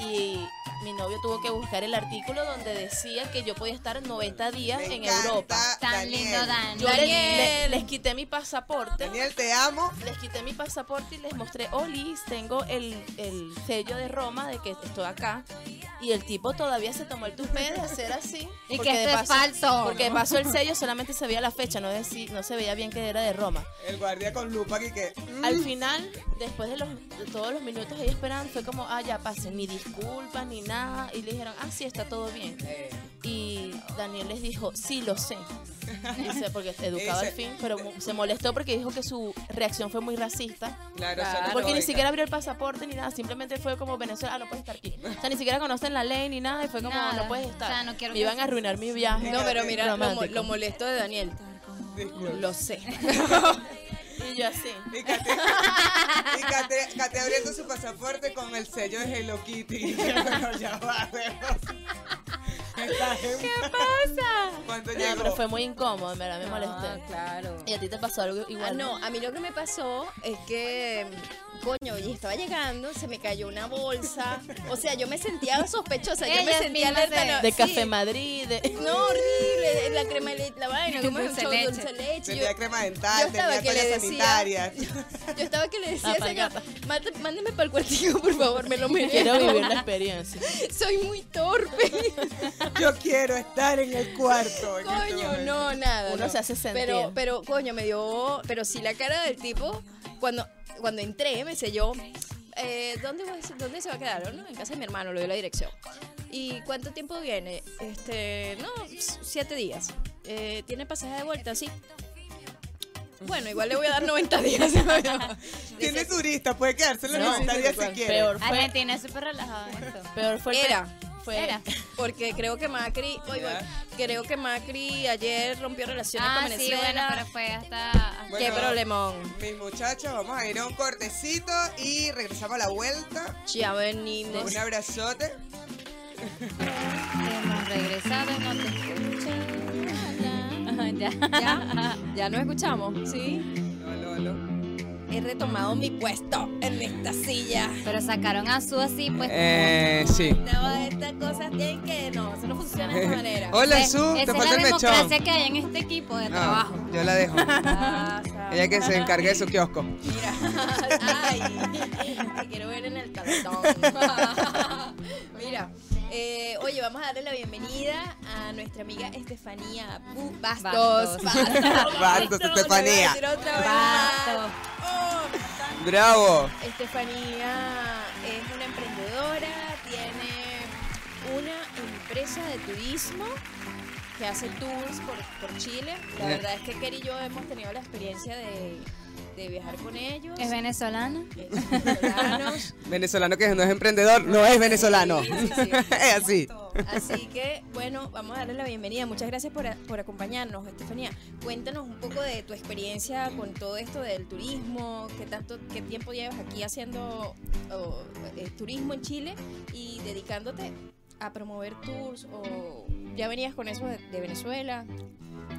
Speaker 3: Y mi novio tuvo que buscar el artículo donde decía que yo podía estar 90 días
Speaker 1: me
Speaker 3: en
Speaker 1: encanta,
Speaker 3: Europa.
Speaker 2: Tan
Speaker 1: Daniel.
Speaker 2: lindo, Dan.
Speaker 3: Yo le- le-
Speaker 5: Daniel.
Speaker 3: les quité mi pasaporte.
Speaker 1: Daniel, te amo.
Speaker 3: Les quité mi pasaporte y les mostré, Olis, tengo el, el sello de Roma de que estoy acá. Y el tipo todavía se tomó el tupé de hacer así.
Speaker 2: Y
Speaker 3: porque
Speaker 2: que
Speaker 3: de
Speaker 2: esto es falso.
Speaker 3: Porque de paso el sello solamente se veía la fecha, no, decí- no se veía bien que era de Roma.
Speaker 1: El guardia con lupa aquí que. mm,
Speaker 3: Al final, después de, los, de todos los minutos ahí esperando, fue como, ah, ya pasen, ni disculpas, ni nada. Y le dijeron, ah, sí, está todo bien.
Speaker 1: eh,
Speaker 3: Y Daniel les dijo, sí, lo sé. Dice, porque está educado al
Speaker 5: [laughs]
Speaker 1: Dice-
Speaker 3: fin, pero mu- se molestó porque dijo que su reacción fue muy racista.
Speaker 1: Claro,
Speaker 5: Claro,
Speaker 1: son
Speaker 3: Porque ni
Speaker 1: heroicas.
Speaker 3: siquiera abrió el pasaporte ni nada, simplemente fue como Venezuela, ah, no puedes estar
Speaker 5: [laughs]
Speaker 3: aquí. O sea, ni siquiera conocen la ley ni nada, y fue como,
Speaker 2: Nada.
Speaker 3: no puedes estar.
Speaker 2: O sea, no quiero
Speaker 3: Me
Speaker 2: que-
Speaker 3: iban a arruinar mi viaje.
Speaker 5: No, pero mira, lo, mo-
Speaker 3: Romántico.
Speaker 5: lo molesto de Daniel.
Speaker 1: Disculpa.
Speaker 3: [laughs]
Speaker 5: Lo sé.
Speaker 3: Y yo así.
Speaker 1: Y Cate, y Cate- Cate abriendo su pasaporte con el sello de Hello Kitty. [laughs] Pero ya va, ¿Qué pasa? Cuando
Speaker 3: No,
Speaker 1: llegó.
Speaker 3: pero fue muy incómodo, en verdad, me molesté.
Speaker 5: Ah, claro.
Speaker 3: Y a ti te pasó algo igual.
Speaker 5: Ah, no, a mí lo que me pasó es que, coño, y estaba llegando, se me cayó una bolsa. O sea, yo me sentía sospechosa, yo me
Speaker 2: Ellas
Speaker 5: sentía
Speaker 2: mismas
Speaker 5: alerta.
Speaker 2: se-
Speaker 5: no,
Speaker 3: de
Speaker 5: sí.
Speaker 3: Café Madrid,
Speaker 5: [laughs]
Speaker 3: de... [laughs]
Speaker 5: No, horrible, la crema de leche, la vaina, como
Speaker 2: Dulce
Speaker 5: mucho
Speaker 2: leche.
Speaker 5: dulce leche. Yo,
Speaker 1: Tenía crema dental,
Speaker 5: yo estaba
Speaker 1: tenía
Speaker 5: que le
Speaker 1: toallas
Speaker 5: decía- [laughs]
Speaker 1: sanitarias.
Speaker 5: yo estaba que le decía a esa
Speaker 3: Apagada.
Speaker 5: gata, "Mate- mándeme para el cuartico, por favor, me lo merezco.
Speaker 3: quiero vivir la experiencia.
Speaker 5: Soy muy torpe.
Speaker 3: [laughs]
Speaker 1: Yo quiero estar en el cuarto. en este
Speaker 5: Coño,
Speaker 1: momento.
Speaker 5: no, nada.
Speaker 3: Uno
Speaker 5: no.
Speaker 3: se hace sentir.
Speaker 5: Pero, pero, coño, me dio. Pero sí, la cara del tipo, cuando, cuando entré, me selló. Eh, ¿dónde, voy- ¿Dónde se va a quedar? ¿no? En casa de mi hermano, le dio la dirección. ¿Y cuánto tiempo viene? Este, no, s- siete días. Eh, ¿Tiene pasaje de vuelta? Sí. Bueno, igual le voy a dar 90 días. [laughs]
Speaker 1: Tiene turista, puede quedárselo en
Speaker 3: No,
Speaker 1: 90 días si quiere.
Speaker 3: peor fue,
Speaker 2: Argentina es súper relajado en esto.
Speaker 3: peor fue el-
Speaker 5: Era.
Speaker 3: fue
Speaker 2: Era.
Speaker 5: Porque creo que Macri, oye,
Speaker 1: Ya.
Speaker 5: creo que Macri ayer rompió relaciones
Speaker 2: Ah,
Speaker 5: con
Speaker 2: sí,
Speaker 5: Venezuela.
Speaker 2: bueno, pero fue hasta...
Speaker 1: Bueno,
Speaker 5: Qué problemón.
Speaker 1: Mis muchachos, vamos a ir a un cortecito y regresamos a la vuelta.
Speaker 5: Ya venimos.
Speaker 1: Un abrazote.
Speaker 2: Hemos regresado, no te
Speaker 3: [laughs]
Speaker 2: escuchan. [laughs] Ya.
Speaker 5: ¿Ya? ¿Ya nos escuchamos? Sí.
Speaker 1: No, no, no.
Speaker 5: He retomado mi puesto en esta silla.
Speaker 2: Pero sacaron a su así, pues.
Speaker 1: Eh, sí.
Speaker 5: Todas estas cosas tienen que... No, eso no funciona
Speaker 1: [laughs]
Speaker 5: [laughs] de esta manera.
Speaker 1: Hola,
Speaker 2: Esa-
Speaker 1: Su, te
Speaker 2: esa
Speaker 1: falta el
Speaker 2: es la
Speaker 1: mechón.
Speaker 2: democracia que hay en este equipo de trabajo.
Speaker 1: No, yo la
Speaker 2: [laughs]
Speaker 1: dejo. Ella que se encargue de su kiosco.
Speaker 5: Mira. Ay, te quiero ver en el cantón. [laughs] Mira. eh, oye, vamos a darle la bienvenida a nuestra amiga Estefanía Bu-
Speaker 2: Bastos.
Speaker 5: Bastos. [laughs] Bastos,
Speaker 1: Bastos,
Speaker 5: Te voy a
Speaker 1: Estefanía.
Speaker 5: decir otra vez.
Speaker 2: Bastos.
Speaker 5: Oh,
Speaker 1: Bravo.
Speaker 5: Estefanía es una emprendedora, tiene una empresa de turismo que hace tours por, por Chile. La
Speaker 1: Ya.
Speaker 5: verdad es que Kerry y yo hemos tenido la experiencia de, de viajar con ellos.
Speaker 2: Es [laughs] venezolana.
Speaker 5: Eh, [laughs] venezolanos.
Speaker 1: Venezolano que no es emprendedor, no es venezolano.
Speaker 5: Sí, sí, sí.
Speaker 1: [laughs] es así.
Speaker 5: Así que, bueno, vamos a darle la bienvenida. Muchas gracias por, a- por acompañarnos, Estefanía. Cuéntanos un poco de tu experiencia con todo esto del turismo, qué tanto, qué tiempo llevas aquí haciendo o, eh, turismo en Chile y dedicándote a promover tours o ya venías con eso de, de Venezuela.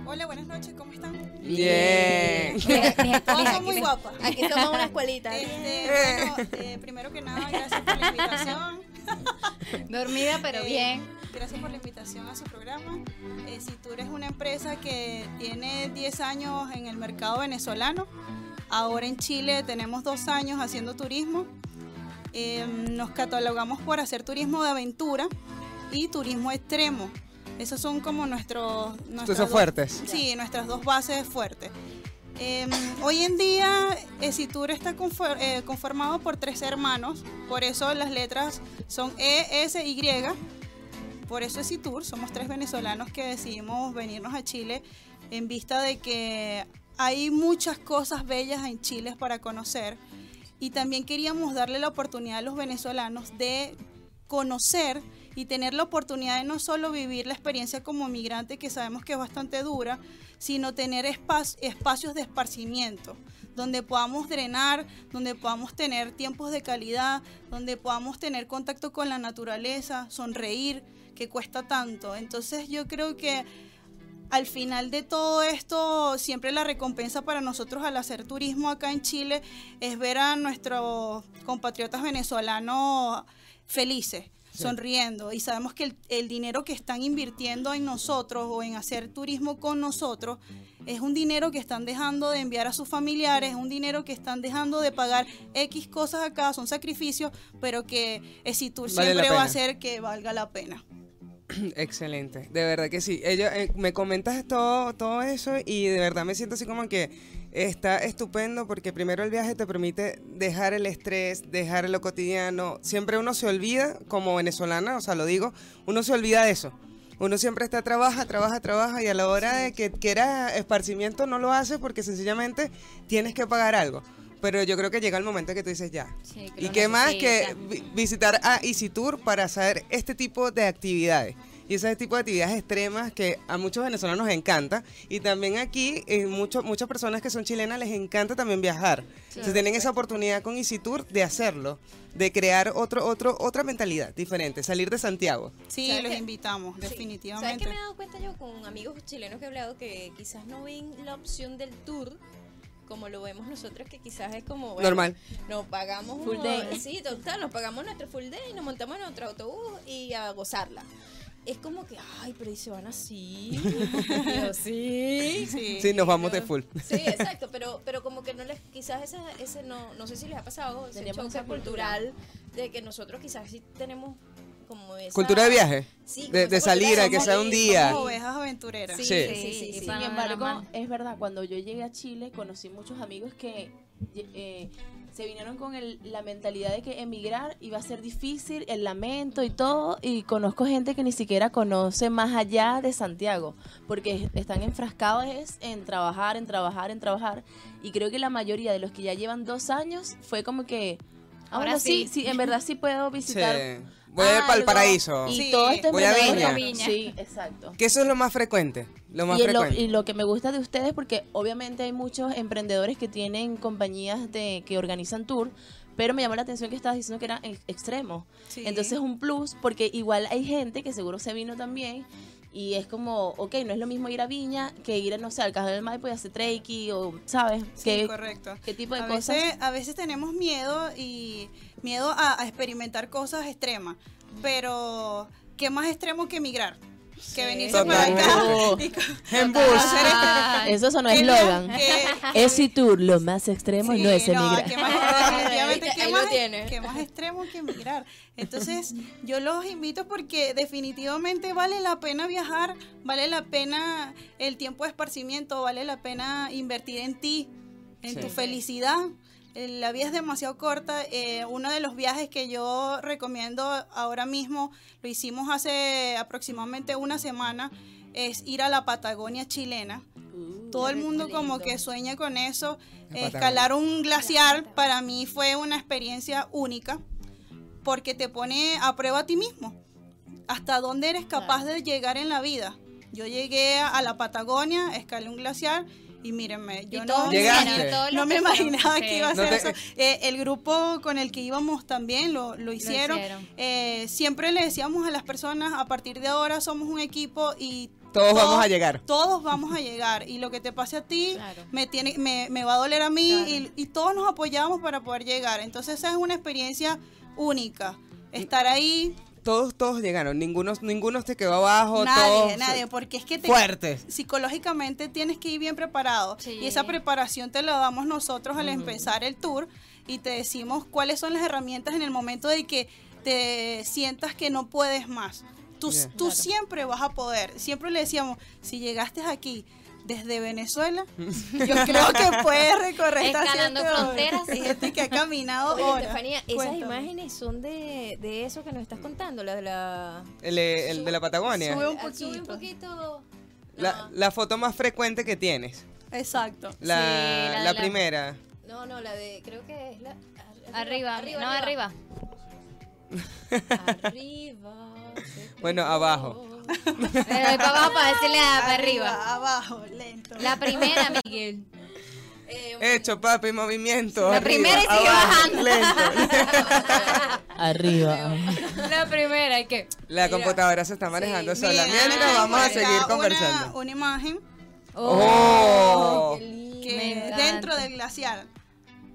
Speaker 6: Hola, buenas noches, ¿cómo están?
Speaker 1: Bien.
Speaker 6: Todos son muy guapas.
Speaker 5: Aquí somos
Speaker 2: [laughs]
Speaker 5: una escuelita.
Speaker 6: Este, bueno, eh, primero que nada, gracias por la invitación.
Speaker 2: Dormida, pero
Speaker 6: Eh,
Speaker 2: bien.
Speaker 6: Gracias por la invitación a su programa. Eh, Citur es una empresa que tiene 10 años en el mercado venezolano. Ahora en Chile tenemos dos años haciendo turismo. Em, Eh, nos catalogamos por hacer turismo de aventura y turismo extremo. Esos son como nuestros... nuestras
Speaker 1: son
Speaker 6: dos-
Speaker 1: fuertes.
Speaker 6: Sí, nuestras dos bases fuertes. Eh, hoy en día, Esitur está confor- eh, conformado por tres hermanos, por eso las letras son E, S, Y. Por eso Esitur, somos tres venezolanos que decidimos venirnos a Chile en vista de que hay muchas cosas bellas en Chile para conocer y también queríamos darle la oportunidad a los venezolanos de conocer y tener la oportunidad de no solo vivir la experiencia como migrante, que sabemos que es bastante dura, sino tener espa- espacios de esparcimiento, donde podamos drenar, donde podamos tener tiempos de calidad, donde podamos tener contacto con la naturaleza, sonreír, que cuesta tanto. Entonces yo creo que al final de todo esto, siempre la recompensa para nosotros al hacer turismo acá en Chile es ver a nuestros compatriotas venezolanos felices, sonriendo. Y sabemos que el, el dinero que están invirtiendo en nosotros o en hacer turismo con nosotros es un dinero que están dejando de enviar a sus familiares, es un dinero que están dejando de pagar X cosas acá, son sacrificios, pero que Esitur
Speaker 1: Vale la
Speaker 6: siempre va
Speaker 1: pena.
Speaker 6: a hacer que valga la pena.
Speaker 1: Excelente, de verdad que sí. Ellos, eh, me comentas todo, todo eso y de verdad me siento así como que está estupendo porque primero el viaje te permite dejar el estrés, dejar lo cotidiano. Siempre uno se olvida, como venezolana, o sea, lo digo, uno se olvida de eso. Uno siempre está, trabaja, trabaja, trabaja y a la hora de que quieras esparcimiento no lo haces porque sencillamente tienes que pagar algo. Pero yo creo que llega el momento que tú dices ya,
Speaker 2: Sí, que
Speaker 1: ¿Y
Speaker 2: lo
Speaker 1: qué más que
Speaker 2: necesita.
Speaker 1: vi- visitar a Easy Tour para hacer este tipo de actividades? Y ese tipo de actividades extremas que a muchos venezolanos nos encanta. Y también aquí, eh, mucho- muchas personas que son chilenas les encanta también viajar. Entonces tienen esa oportunidad con Easy Tour de hacerlo, de crear otro, otro, otra mentalidad diferente, salir de Santiago.
Speaker 6: Sí,
Speaker 5: ¿Sabes
Speaker 6: los
Speaker 5: qué?
Speaker 6: invitamos,
Speaker 5: Sí. ¿Sabes
Speaker 6: definitivamente.
Speaker 5: qué me he dado cuenta yo con amigos chilenos que he hablado que quizás no ven la opción del tour como lo vemos nosotros que quizás es como bueno,
Speaker 1: Normal.
Speaker 5: Nos pagamos
Speaker 3: Full
Speaker 5: uno-
Speaker 3: day.
Speaker 5: Sí, total, nos pagamos nuestro full day, nos montamos en nuestro autobús y a gozarla. Es como que, ay, pero y se van así. Y yo, sí.
Speaker 6: Sí.
Speaker 1: Sí, nos vamos de full.
Speaker 5: Sí, exacto, pero, pero como que no les, quizás esa- ese no, no sé si les ha pasado, ese
Speaker 3: Teníamos
Speaker 5: choque
Speaker 3: esa cultura.
Speaker 5: cultural de que nosotros quizás sí tenemos como esa...
Speaker 1: Cultura de viaje.
Speaker 5: Sí, como
Speaker 1: de,
Speaker 5: esa
Speaker 1: de salir,
Speaker 5: cultura
Speaker 1: a que
Speaker 5: de
Speaker 1: sea un
Speaker 5: salir,
Speaker 1: día.
Speaker 6: Somos ovejas aventureras.
Speaker 5: Sí,
Speaker 1: Sí.
Speaker 5: sí, sí, sí,
Speaker 2: Y para-
Speaker 5: sí.
Speaker 3: Sin
Speaker 2: Van a la
Speaker 3: embargo,
Speaker 2: mano.
Speaker 3: es verdad, cuando yo llegué a Chile conocí muchos amigos que lle- eh, se vinieron con el- la mentalidad de que emigrar iba a ser difícil, el lamento y todo, y conozco gente que ni siquiera conoce más allá de Santiago, porque es- están enfrascados es en trabajar, en trabajar, en trabajar, y creo que la mayoría de los que ya llevan dos años fue como que... Ahora
Speaker 2: Ahora
Speaker 3: sí, sí, en verdad sí puedo
Speaker 1: Sí.
Speaker 3: visitar.
Speaker 1: Voy a ir para el
Speaker 3: algo",
Speaker 1: paraíso.
Speaker 3: Ah, Y
Speaker 6: Sí.
Speaker 3: todo esto en
Speaker 1: Voy a
Speaker 3: verdad-
Speaker 2: Viña.
Speaker 3: Sí, exacto
Speaker 1: Que eso es lo más frecuente. Lo más
Speaker 3: y, lo,
Speaker 1: frecuente.
Speaker 3: y lo que me gusta de ustedes, porque obviamente hay muchos emprendedores que tienen compañías de que organizan tour, pero me llamó la atención que estabas diciendo que eran ex- extremos.
Speaker 6: Sí.
Speaker 3: Entonces un plus, porque igual hay gente que seguro se vino también y es como, ok, no es lo mismo ir a Viña que ir, no sé, al Cajón del Maipo y hacer trekking o, ¿sabes?
Speaker 6: Sí,
Speaker 3: ¿Qué,
Speaker 6: correcto.
Speaker 3: qué tipo de
Speaker 6: a
Speaker 3: cosas?
Speaker 6: Veces, a veces tenemos miedo y miedo a, a experimentar cosas extremas, pero ¿qué más extremo que emigrar? Que venirse
Speaker 1: Totalmente.
Speaker 6: para acá.
Speaker 1: En bus.
Speaker 2: Ah.
Speaker 3: Eso sonó
Speaker 6: ¿Qué más
Speaker 3: eslogan.
Speaker 6: que-
Speaker 3: Es y tour, lo más extremo
Speaker 6: Sí,
Speaker 3: no es
Speaker 6: No,
Speaker 3: emigrar.
Speaker 6: que más,
Speaker 5: [laughs]
Speaker 6: definitivamente,
Speaker 5: Ahí
Speaker 6: que
Speaker 5: lo
Speaker 6: más,
Speaker 5: tiene.
Speaker 6: que más extremo que emigrar. Entonces, yo los invito porque definitivamente vale la pena viajar, vale la pena el tiempo de esparcimiento, vale la pena invertir en ti, en
Speaker 1: Sí.
Speaker 6: tu felicidad. Eh, La vida es demasiado corta. Eh, uno de los viajes que yo recomiendo ahora mismo, lo hicimos hace aproximadamente una semana, es ir a la Patagonia chilena.
Speaker 2: Uh,
Speaker 6: Todo el mundo como que sueña con eso.
Speaker 1: La
Speaker 6: Escalar un glaciar para mí fue una experiencia única porque te pone a prueba a ti mismo. Hasta dónde eres capaz de llegar en la vida. Yo llegué a la Patagonia, escalé un glaciar y mírenme, yo
Speaker 2: Y
Speaker 6: no,
Speaker 2: todos
Speaker 1: Llegaste.
Speaker 2: vinieron, todos los
Speaker 6: no me
Speaker 2: que fueron,
Speaker 6: imaginaba
Speaker 2: sí.
Speaker 6: que iba a
Speaker 1: No
Speaker 6: ser
Speaker 1: te-
Speaker 6: eso. Eh, el grupo con el que íbamos también lo, lo hicieron.
Speaker 2: hicieron.
Speaker 6: Eh, siempre le decíamos a las personas, a partir de ahora somos un equipo y
Speaker 1: Todos vamos a llegar.
Speaker 6: todos vamos a llegar y lo que te pase a ti
Speaker 2: Claro.
Speaker 6: me tiene me, me va a doler a mí
Speaker 2: Claro.
Speaker 6: y, y todos nos apoyamos para poder llegar entonces esa es una experiencia única estar ahí
Speaker 1: Todos, todos llegaron. Ninguno, ninguno te quedó abajo.
Speaker 6: nadie
Speaker 1: todos-
Speaker 6: nadie porque es que te,
Speaker 1: Fuertes.
Speaker 6: psicológicamente tienes que ir bien preparado
Speaker 2: Sí.
Speaker 6: y esa preparación te la damos nosotros al empezar el tour y te decimos cuáles son las herramientas en el momento de que te sientas que no puedes más. Tú,
Speaker 7: Ya.
Speaker 6: tú siempre vas a poder. Siempre le decíamos, si llegaste aquí desde
Speaker 7: [laughs]
Speaker 6: Venezuela, yo creo que puedes recorrer esta
Speaker 2: Escalando fronteras.
Speaker 6: Fíjate que ha caminado
Speaker 5: Oye,
Speaker 6: horas.
Speaker 5: Estefanía, esas
Speaker 6: Cuéntame.
Speaker 5: imágenes son de, de eso que nos estás contando, la de la...
Speaker 7: El, eh, el de la Patagonia.
Speaker 6: Sube un
Speaker 2: Ah, sube un
Speaker 6: poquito.
Speaker 2: poquito.
Speaker 7: La, la foto más frecuente que tienes.
Speaker 6: Exacto.
Speaker 7: La,
Speaker 2: Sí, la de
Speaker 7: la
Speaker 2: la-
Speaker 7: primera.
Speaker 5: No, no, la de... Creo que es la...
Speaker 2: Arriba, no, arriba. [laughs]
Speaker 5: Arriba. este,
Speaker 7: Bueno, abajo.
Speaker 2: Le doy para abajo para decirle a- para arriba.
Speaker 6: abajo, lento.
Speaker 2: La primera, Miguel.
Speaker 5: eh,
Speaker 7: Hecho, papi, movimiento.
Speaker 2: La
Speaker 7: arriba,
Speaker 2: primera y sigue
Speaker 7: abajo,
Speaker 2: bajando.
Speaker 7: lento.
Speaker 1: [laughs]
Speaker 3: Arriba.
Speaker 2: La primera, ¿y qué?
Speaker 7: La computadora se está manejando sola.
Speaker 6: Mira,
Speaker 7: Mientras vamos a
Speaker 6: acá
Speaker 7: seguir
Speaker 6: una-
Speaker 7: conversando.
Speaker 6: Una, imagen
Speaker 7: ¡Oh!
Speaker 6: que
Speaker 2: encanta.
Speaker 6: dentro del glaciar.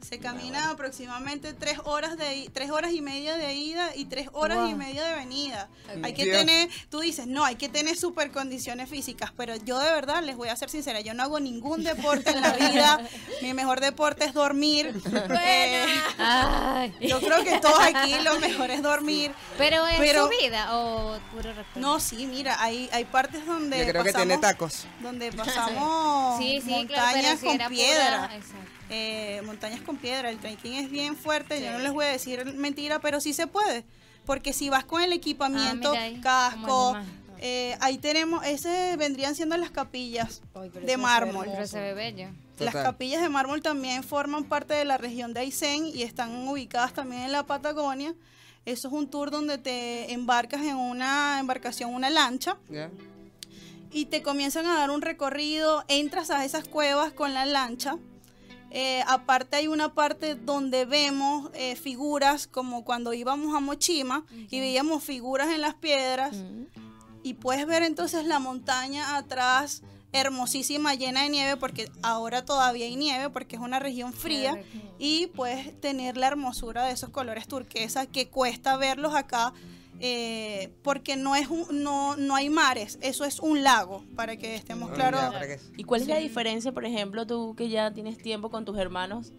Speaker 6: Se camina aproximadamente tres horas de i- tres horas y media de ida y tres horas y media de venida. Hay que
Speaker 7: Dios.
Speaker 6: tener, tú dices, no, hay que tener super condiciones físicas, pero yo de verdad les voy a ser sincera, yo no hago ningún
Speaker 2: [laughs]
Speaker 6: deporte en la vida. Mi mejor deporte es dormir. Eh,
Speaker 2: Ay.
Speaker 6: yo creo que todos aquí
Speaker 2: [laughs]
Speaker 6: lo mejor es dormir.
Speaker 2: Pero es
Speaker 6: Pero-
Speaker 2: subida o puro recto.
Speaker 6: No, sí, mira, hay, hay partes donde
Speaker 7: Yo creo que
Speaker 6: pasamos-
Speaker 7: tiene tacos.
Speaker 2: [laughs]
Speaker 6: donde pasamos
Speaker 2: Sí, sí, claro, pero
Speaker 6: montañas
Speaker 2: si era
Speaker 6: con
Speaker 2: pura-
Speaker 6: piedra.
Speaker 2: exacto.
Speaker 6: eh, montañas con piedra, el trekking es bien fuerte, yo no les voy a decir mentira, pero sí se puede, porque si vas con el equipamiento,
Speaker 2: Ah, mira ahí, como
Speaker 6: casco,
Speaker 2: los demás.
Speaker 6: eh, ahí tenemos, ese vendrían siendo las capillas de mármol.
Speaker 2: Pero se ve bello.
Speaker 6: Las
Speaker 7: Total.
Speaker 6: capillas de mármol también forman parte de la región de Aysén y están ubicadas también en la Patagonia. Eso es un tour donde te embarcas en una embarcación, una lancha,
Speaker 7: ¿Ya?
Speaker 6: y te comienzan a dar un recorrido, entras a esas cuevas con la lancha. Eh, aparte hay una parte donde vemos eh, figuras como cuando íbamos a Mochima y veíamos figuras en las piedras y puedes ver entonces la montaña atrás hermosísima llena de nieve porque ahora todavía hay nieve porque es una región fría y puedes tener la hermosura de esos colores turquesa que cuesta verlos acá eh, porque no es un- no no hay mares eso es un lago para que
Speaker 1: Ah,
Speaker 6: estemos claros
Speaker 7: Oh, Ya, para que-
Speaker 3: ¿Y cuál es la diferencia, por ejemplo, tú que ya tienes tiempo con tus hermanos,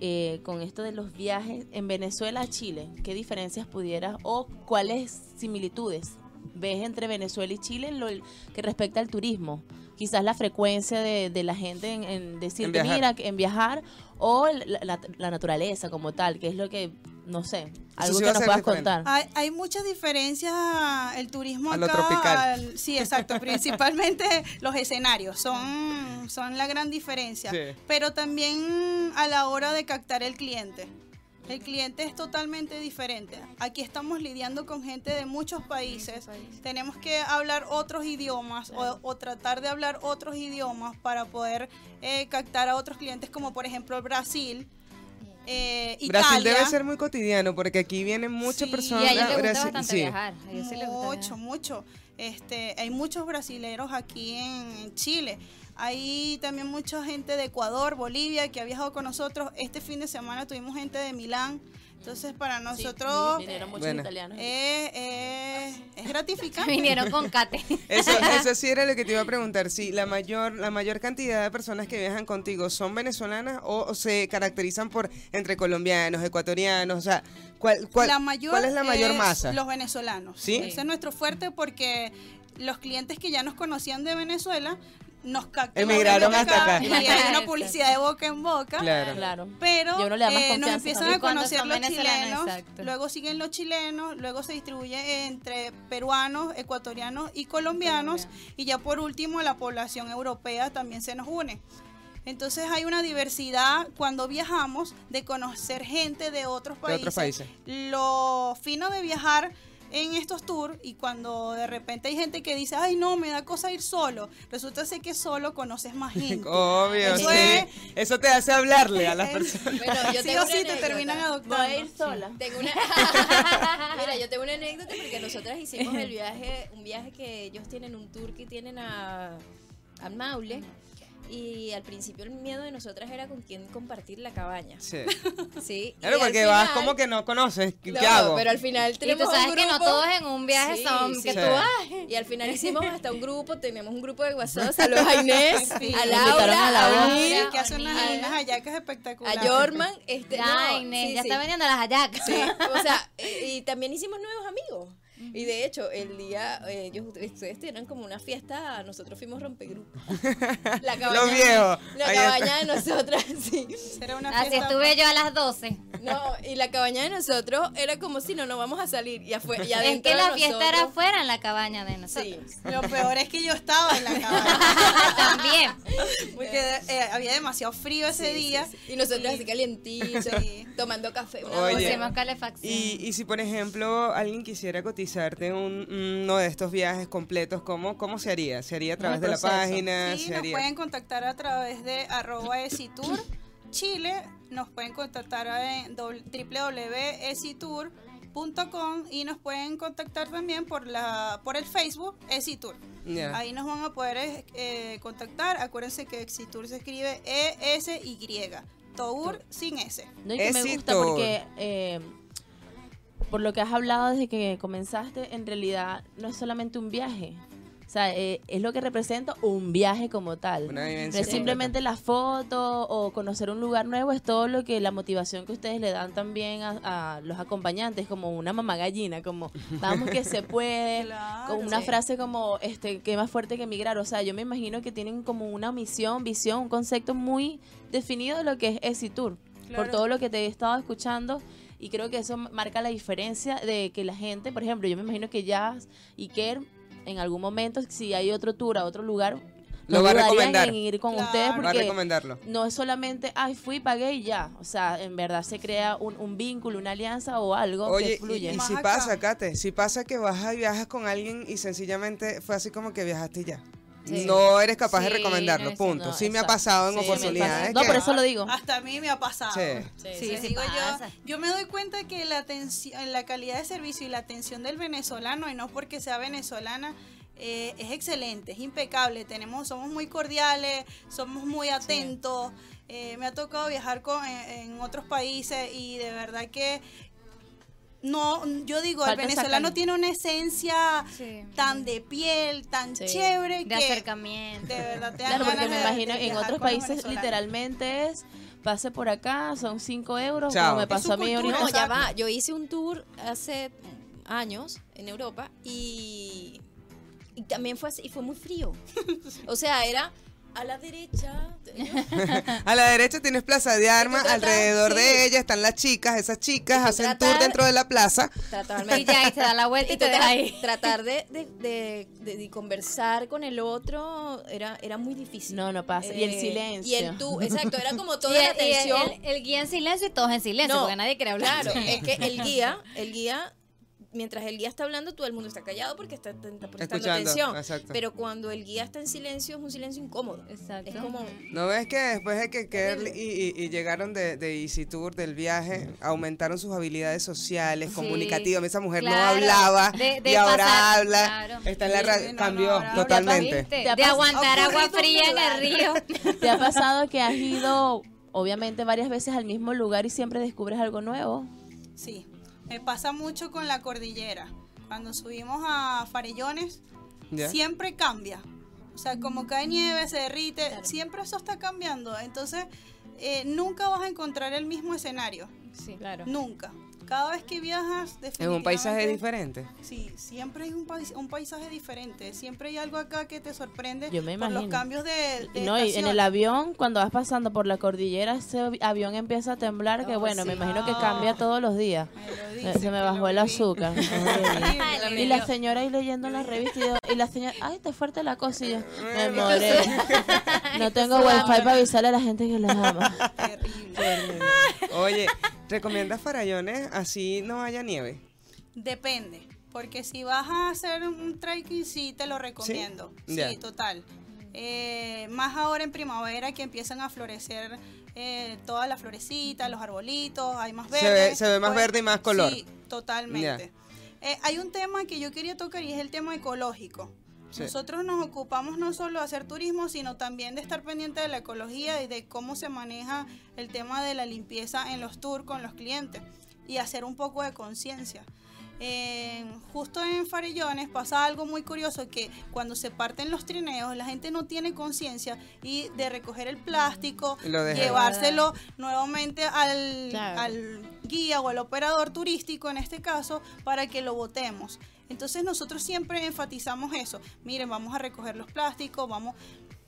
Speaker 3: eh, con esto de los viajes en Venezuela a Chile? ¿Qué diferencias pudieras o cuáles similitudes ves entre Venezuela y Chile en lo que respecta al turismo? Quizás la frecuencia de, de la gente en, en decir,
Speaker 7: En
Speaker 3: que
Speaker 7: viajar.
Speaker 3: mira, que- en viajar o la, la- la naturaleza como tal, que es lo que, no sé, algo
Speaker 7: sí va
Speaker 3: que
Speaker 7: a
Speaker 3: nos
Speaker 7: ser
Speaker 3: puedas
Speaker 7: diferente.
Speaker 3: contar.
Speaker 6: Hay, hay muchas diferencias ah, el turismo
Speaker 7: A lo
Speaker 6: acá.
Speaker 7: tropical.
Speaker 6: al-
Speaker 7: [laughs]
Speaker 6: sí, exacto. Principalmente los escenarios son, son la gran diferencia.
Speaker 7: Sí.
Speaker 6: Pero también a la hora de captar el cliente. El cliente es totalmente diferente. Aquí estamos lidiando con gente de muchos países. Tenemos que hablar otros idiomas o, o tratar de hablar otros idiomas para poder eh, captar a otros clientes, como por ejemplo Brasil. eh,
Speaker 7: Brasil
Speaker 6: Italia.
Speaker 7: debe ser muy cotidiano porque aquí vienen muchas
Speaker 6: Sí,
Speaker 7: personas.
Speaker 2: Y a ellos les gusta
Speaker 7: Brasil-
Speaker 2: bastante
Speaker 7: sí.
Speaker 2: viajar. A ellos sí les gusta
Speaker 6: Mucho,
Speaker 2: viajar.
Speaker 6: mucho. Este, hay muchos brasileros aquí en, en Chile. Hay también mucha gente de Ecuador, Bolivia, que ha viajado con nosotros. Este fin de semana tuvimos gente de Milán. Entonces, para nosotros
Speaker 3: Vinieron muchos
Speaker 7: Bueno.
Speaker 3: italianos.
Speaker 6: eh, eh, es
Speaker 2: [laughs]
Speaker 6: gratificante.
Speaker 2: Vinieron con
Speaker 5: [laughs]
Speaker 2: Kate.
Speaker 6: [laughs]
Speaker 7: Eso, eso sí era lo que te iba a preguntar. Si la mayor, la mayor cantidad de personas que viajan contigo son venezolanas o, o se caracterizan por entre colombianos, ecuatorianos, o sea, ¿cuál, cuál,
Speaker 6: la mayor
Speaker 7: cuál es la mayor
Speaker 6: es
Speaker 7: masa?
Speaker 6: Los venezolanos.
Speaker 7: ¿Sí?
Speaker 6: Ese es nuestro fuerte porque los clientes que ya nos conocían de Venezuela nos captaron
Speaker 7: Emigraron hasta acá.
Speaker 6: Y hay
Speaker 2: [laughs]
Speaker 6: una publicidad de boca en boca.
Speaker 7: Claro.
Speaker 3: Claro.
Speaker 6: pero
Speaker 3: Y a uno le da más
Speaker 6: eh, nos
Speaker 3: confianza
Speaker 6: empiezan
Speaker 3: también.
Speaker 6: a
Speaker 2: Cuando
Speaker 6: conocer
Speaker 2: son
Speaker 6: los
Speaker 2: venezolanos,
Speaker 6: chilenos,
Speaker 2: exacto.
Speaker 6: luego siguen los chilenos, luego se distribuye entre peruanos, ecuatorianos y colombianos, y ya por último la población europea también se nos une. Entonces hay una diversidad cuando viajamos de conocer gente de otros
Speaker 7: De
Speaker 6: países.
Speaker 7: otros países.
Speaker 6: Lo fino de viajar en estos tours y cuando de repente hay gente que dice, ay no, me da cosa ir solo, resulta ser que solo
Speaker 7: [laughs]
Speaker 6: conoces más gente.
Speaker 7: Oh. Obvio,
Speaker 6: Eso
Speaker 7: sí.
Speaker 6: es-
Speaker 7: Eso te hace hablarle a las
Speaker 6: Eh,
Speaker 7: personas.
Speaker 6: [laughs]
Speaker 5: Bueno, yo
Speaker 6: sí
Speaker 5: tengo
Speaker 6: o
Speaker 5: una
Speaker 6: sí te
Speaker 5: anécdota.
Speaker 6: terminan
Speaker 3: Voy
Speaker 6: adoptando.
Speaker 3: a ir sola.
Speaker 5: Tengo una... [laughs] Mira, yo tengo una anécdota porque nosotras hicimos el viaje, un viaje que ellos tienen, un tour que tienen a, a Maule. Y al principio el miedo de nosotras era con quién compartir la cabaña.
Speaker 7: Sí.
Speaker 5: Sí. y
Speaker 7: Claro,
Speaker 5: al
Speaker 7: porque vas
Speaker 5: final-
Speaker 7: como que no conoces. ¿Qué
Speaker 5: No,
Speaker 7: hago?
Speaker 5: Pero al final
Speaker 2: Y tú
Speaker 5: tenemos
Speaker 2: sabes
Speaker 5: un
Speaker 2: que no
Speaker 5: grupo-
Speaker 2: todos en un viaje
Speaker 5: Sí,
Speaker 2: son
Speaker 5: sí.
Speaker 2: que
Speaker 7: Sí.
Speaker 2: tú vas.
Speaker 5: Y al final hicimos hasta un grupo, teníamos un grupo de WhatsApp, saludos
Speaker 2: [laughs]
Speaker 5: a Inés,
Speaker 6: Sí.
Speaker 5: a
Speaker 3: Invitaron
Speaker 5: Laura,
Speaker 3: a Laura.
Speaker 5: a-
Speaker 6: Sí,
Speaker 2: Mira,
Speaker 6: que hacen unas,
Speaker 2: Olivia.
Speaker 6: unas hallacas espectaculares.
Speaker 5: Ah, a Jorman, este,
Speaker 2: Ya,
Speaker 5: no,
Speaker 2: Inés,
Speaker 5: sí,
Speaker 2: ya
Speaker 5: sí.
Speaker 2: está vendiendo las hallacas. [laughs]
Speaker 5: Sí, o sea, eh, y también hicimos nuevos amigos. Y de hecho, el día, eh, ellos, ustedes tienen como una fiesta, nosotros
Speaker 7: [laughs]
Speaker 5: fuimos rompegrupo. La
Speaker 7: Los viejos,
Speaker 5: La
Speaker 7: ahí está.
Speaker 5: cabaña de nosotras, [laughs] Ah, sí.
Speaker 6: Será una
Speaker 2: Así
Speaker 6: fiesta.
Speaker 2: estuve yo a las 12.
Speaker 5: No, y la cabaña de nosotros era como si no, no vamos a salir. Y, afuera, y
Speaker 2: Es
Speaker 5: adentro
Speaker 2: que la
Speaker 5: de
Speaker 2: fiesta era
Speaker 5: nosotros-
Speaker 2: afuera en la cabaña de
Speaker 5: Sí,
Speaker 2: nosotros.
Speaker 6: Lo peor es que yo estaba
Speaker 5: [laughs]
Speaker 6: en la cabaña.
Speaker 2: [laughs] También.
Speaker 6: Porque eh, había demasiado frío ese
Speaker 5: sí,
Speaker 6: día.
Speaker 5: sí, sí. Y nosotros así [laughs] calientitos,
Speaker 6: Sí.
Speaker 5: tomando café. una
Speaker 7: Oye.
Speaker 5: cosa.
Speaker 2: Pusimos calefacción.
Speaker 7: Y, y si, por ejemplo, alguien quisiera cotizarte un- uno de estos viajes completos, ¿cómo, cómo se haría? ¿Se haría a través de la
Speaker 3: proceso.
Speaker 1: Ah,
Speaker 7: página?
Speaker 6: Sí,
Speaker 7: ¿Se
Speaker 6: nos
Speaker 7: haría?
Speaker 6: pueden contactar a través de arroba esitur Chile, nos pueden contactar en doble- www.esitour.com y nos pueden contactar también por la por el Facebook Esitur.
Speaker 7: Ya.
Speaker 6: Ahí nos van a poder eh, contactar. Acuérdense que Esitur se escribe E S Y, Tour sin S.
Speaker 3: No, y que me gusta
Speaker 7: Éxito.
Speaker 3: porque eh, por lo que has hablado desde que comenzaste, en realidad no es solamente un viaje. O sea, eh, es lo que representa un viaje como tal.
Speaker 7: Una
Speaker 3: No
Speaker 7: vivencia
Speaker 3: es simplemente la foto o conocer un lugar nuevo, es todo lo que la motivación que ustedes le dan también a, a los acompañantes, como una mamá gallina, como vamos que se
Speaker 5: Eh,
Speaker 3: puede,
Speaker 6: Claro.
Speaker 3: con una
Speaker 5: Sí.
Speaker 3: frase como este que más fuerte que emigrar. O sea, yo me imagino que tienen como una misión, visión, un concepto muy definido de lo que es Esitur, por
Speaker 6: Claro.
Speaker 3: todo lo que te he estado escuchando. Y creo que eso marca la diferencia de que la gente, por ejemplo, yo me imagino que Jazz y Kerr, en algún momento, si hay otro tour a otro lugar,
Speaker 7: Lo
Speaker 3: no
Speaker 7: va a
Speaker 3: dudarían
Speaker 7: recomendar.
Speaker 3: en ir con
Speaker 6: Claro.
Speaker 3: ustedes
Speaker 6: Va a
Speaker 7: Va a
Speaker 3: porque
Speaker 7: recomendarlo.
Speaker 3: no es solamente, ay, fui, pagué y ya. O sea, en verdad se crea un, un vínculo, una alianza o algo
Speaker 7: Oye,
Speaker 3: que
Speaker 7: y,
Speaker 3: fluye.
Speaker 7: y
Speaker 6: Más
Speaker 7: si
Speaker 6: acá.
Speaker 7: pasa, Kate, si pasa que vas y viajas con alguien y sencillamente fue así como que viajaste y ya.
Speaker 2: Sí.
Speaker 7: No eres capaz de
Speaker 2: Sí,
Speaker 7: recomendarlo,
Speaker 2: no es-
Speaker 7: punto.
Speaker 3: no,
Speaker 7: sí me ha
Speaker 3: exacto.
Speaker 7: pasado en
Speaker 3: Sí, me
Speaker 7: oportunidades.
Speaker 3: pasa. No,
Speaker 7: que-
Speaker 3: por eso lo digo.
Speaker 6: Hasta a mí me ha pasado.
Speaker 7: Sí.
Speaker 2: Sí,
Speaker 6: Les
Speaker 2: sí
Speaker 6: digo
Speaker 2: pasa.
Speaker 6: yo, yo me doy cuenta que la atención, la calidad de servicio y la atención del venezolano, y no porque sea venezolana, eh, es excelente, es impecable. Tenemos, somos muy cordiales, somos muy atentos. Eh, me ha tocado viajar con, en, en otros países y de verdad que no, yo digo,
Speaker 3: Falta
Speaker 6: el
Speaker 3: esa
Speaker 6: venezolano
Speaker 3: cali-
Speaker 6: tiene una esencia
Speaker 2: Sí.
Speaker 6: tan de piel, tan
Speaker 3: Sí.
Speaker 6: chévere
Speaker 2: De
Speaker 6: que
Speaker 2: acercamiento.
Speaker 6: de verdad te dan
Speaker 3: Claro, porque
Speaker 6: ganas
Speaker 3: me
Speaker 6: de-
Speaker 3: imagino
Speaker 6: de
Speaker 3: en
Speaker 6: viajar
Speaker 3: otros
Speaker 6: con los
Speaker 3: países
Speaker 6: venezolanos.
Speaker 3: literalmente es, pase por acá, son 5 euros,
Speaker 7: Chao.
Speaker 3: como me
Speaker 7: Es
Speaker 3: pasó
Speaker 5: su
Speaker 3: a mí
Speaker 5: cultura.
Speaker 3: ahorita.
Speaker 5: No, ya va. Yo hice un tour hace años en Europa y, y también fue así, y fue muy [laughs] frío. O sea, era a la derecha.
Speaker 7: A la derecha tienes plaza de armas,
Speaker 5: tratas-
Speaker 7: alrededor
Speaker 5: sí.
Speaker 7: de ella están las chicas, esas chicas
Speaker 5: tú
Speaker 7: hacen
Speaker 5: tratas-
Speaker 7: tour dentro de la plaza.
Speaker 5: Tratarme. [laughs]
Speaker 2: Y ya, y te da la vuelta y te deja ahí.
Speaker 5: Tratar de, de- de- de- de conversar con el otro era, era muy difícil.
Speaker 3: No, no pasa. y el
Speaker 5: Eh,
Speaker 3: silencio.
Speaker 5: Y el tú, exacto, era [laughs] como toda
Speaker 2: Y
Speaker 5: la
Speaker 2: el- y el-
Speaker 5: atención.
Speaker 2: el, el guía en silencio y todos en silencio,
Speaker 5: No,
Speaker 2: porque nadie quiere hablar.
Speaker 5: Claro, es que el guía, el guía, mientras el guía está hablando, todo el mundo está callado porque está, está prestando
Speaker 7: Escuchando,
Speaker 5: atención.
Speaker 7: exacto.
Speaker 5: Pero cuando el guía está en silencio, es un silencio incómodo.
Speaker 2: Exacto.
Speaker 5: Es como.
Speaker 7: ¿No ves que después de que Kerl y, y- y llegaron de, de Easy Tour, del viaje, aumentaron sus habilidades sociales,
Speaker 2: Sí.
Speaker 7: comunicativas? Esa mujer no
Speaker 2: Claro.
Speaker 7: hablaba
Speaker 2: De- de
Speaker 7: y ahora
Speaker 2: pasar,
Speaker 7: habla.
Speaker 2: claro.
Speaker 7: Está en la
Speaker 6: Sí,
Speaker 7: radio,
Speaker 6: no, no,
Speaker 7: cambió
Speaker 6: ahora habla,
Speaker 7: totalmente.
Speaker 2: ¿Viste?
Speaker 3: Te ha
Speaker 2: Ah, De
Speaker 3: pas-
Speaker 2: aguantar
Speaker 6: ocurrido
Speaker 2: agua
Speaker 6: un
Speaker 2: fría en el río. [laughs]
Speaker 3: ¿Te ha pasado que has ido, obviamente, varias veces al mismo lugar y siempre descubres algo nuevo?
Speaker 6: Sí, me pasa mucho con la cordillera. Cuando subimos a Farellones,
Speaker 7: ¿Ya?
Speaker 6: siempre cambia. O sea, como cae nieve, se derrite, siempre eso está cambiando. Entonces, eh, nunca vas a encontrar el mismo escenario.
Speaker 2: Sí.
Speaker 6: Nunca. Cada vez que viajas,
Speaker 7: En un paisaje
Speaker 6: definitivamente-
Speaker 7: diferente.
Speaker 6: Sí, siempre hay un, pais- un paisaje diferente. Siempre hay algo acá que te sorprende
Speaker 3: Yo me
Speaker 6: por los
Speaker 3: imagino.
Speaker 6: cambios de, de
Speaker 3: No, y en el
Speaker 6: estaciones.
Speaker 3: avión, cuando vas pasando por la cordillera, ese avi- avión empieza a temblar, que
Speaker 5: No,
Speaker 3: bueno, me
Speaker 5: sí.
Speaker 3: imagino que
Speaker 6: No.
Speaker 3: cambia todos los días.
Speaker 6: pues Ah. Me lo
Speaker 3: Eh,
Speaker 6: dicen,
Speaker 3: Se me
Speaker 6: que
Speaker 3: bajó
Speaker 6: lo
Speaker 3: el
Speaker 6: viví.
Speaker 3: azúcar.
Speaker 6: [laughs]
Speaker 3: Horrible.
Speaker 6: Horrible.
Speaker 3: Y la señora ahí leyendo la revista y, yo- y la señora, ay, está fuerte la cosa y yo, me
Speaker 7: Ay,
Speaker 3: moré. [laughs] No tengo wifi para avisarle a la gente que los ama.
Speaker 6: Terrible.
Speaker 7: Oye, ¿recomiendas farallones así no haya nieve?
Speaker 6: Depende, porque si vas a hacer un trekking, sí te lo recomiendo. Sí,
Speaker 7: Ya.
Speaker 6: total. Eh, más ahora en primavera que empiezan a florecer eh, todas las florecitas, los arbolitos, hay más
Speaker 7: Se
Speaker 6: verde. Pues,
Speaker 7: ve- se ve más verde y más color.
Speaker 6: Sí, totalmente. Eh, hay un tema que yo quería tocar y es el tema ecológico.
Speaker 7: Sí.
Speaker 6: Nosotros nos ocupamos no solo de hacer turismo, sino también de estar pendiente de la ecología y de cómo se maneja el tema de la limpieza en los tours con los clientes y hacer un poco de conciencia. Eh, justo en Farellones pasa algo muy curioso que cuando se parten los trineos la gente no tiene conciencia y de recoger el plástico,
Speaker 7: Lo deja ahí.
Speaker 6: llevárselo
Speaker 2: Ah.
Speaker 6: nuevamente al,
Speaker 3: Claro.
Speaker 6: al guía o al operador turístico en este caso para que lo votemos. Entonces nosotros siempre enfatizamos eso. Miren, vamos a recoger los plásticos, vamos...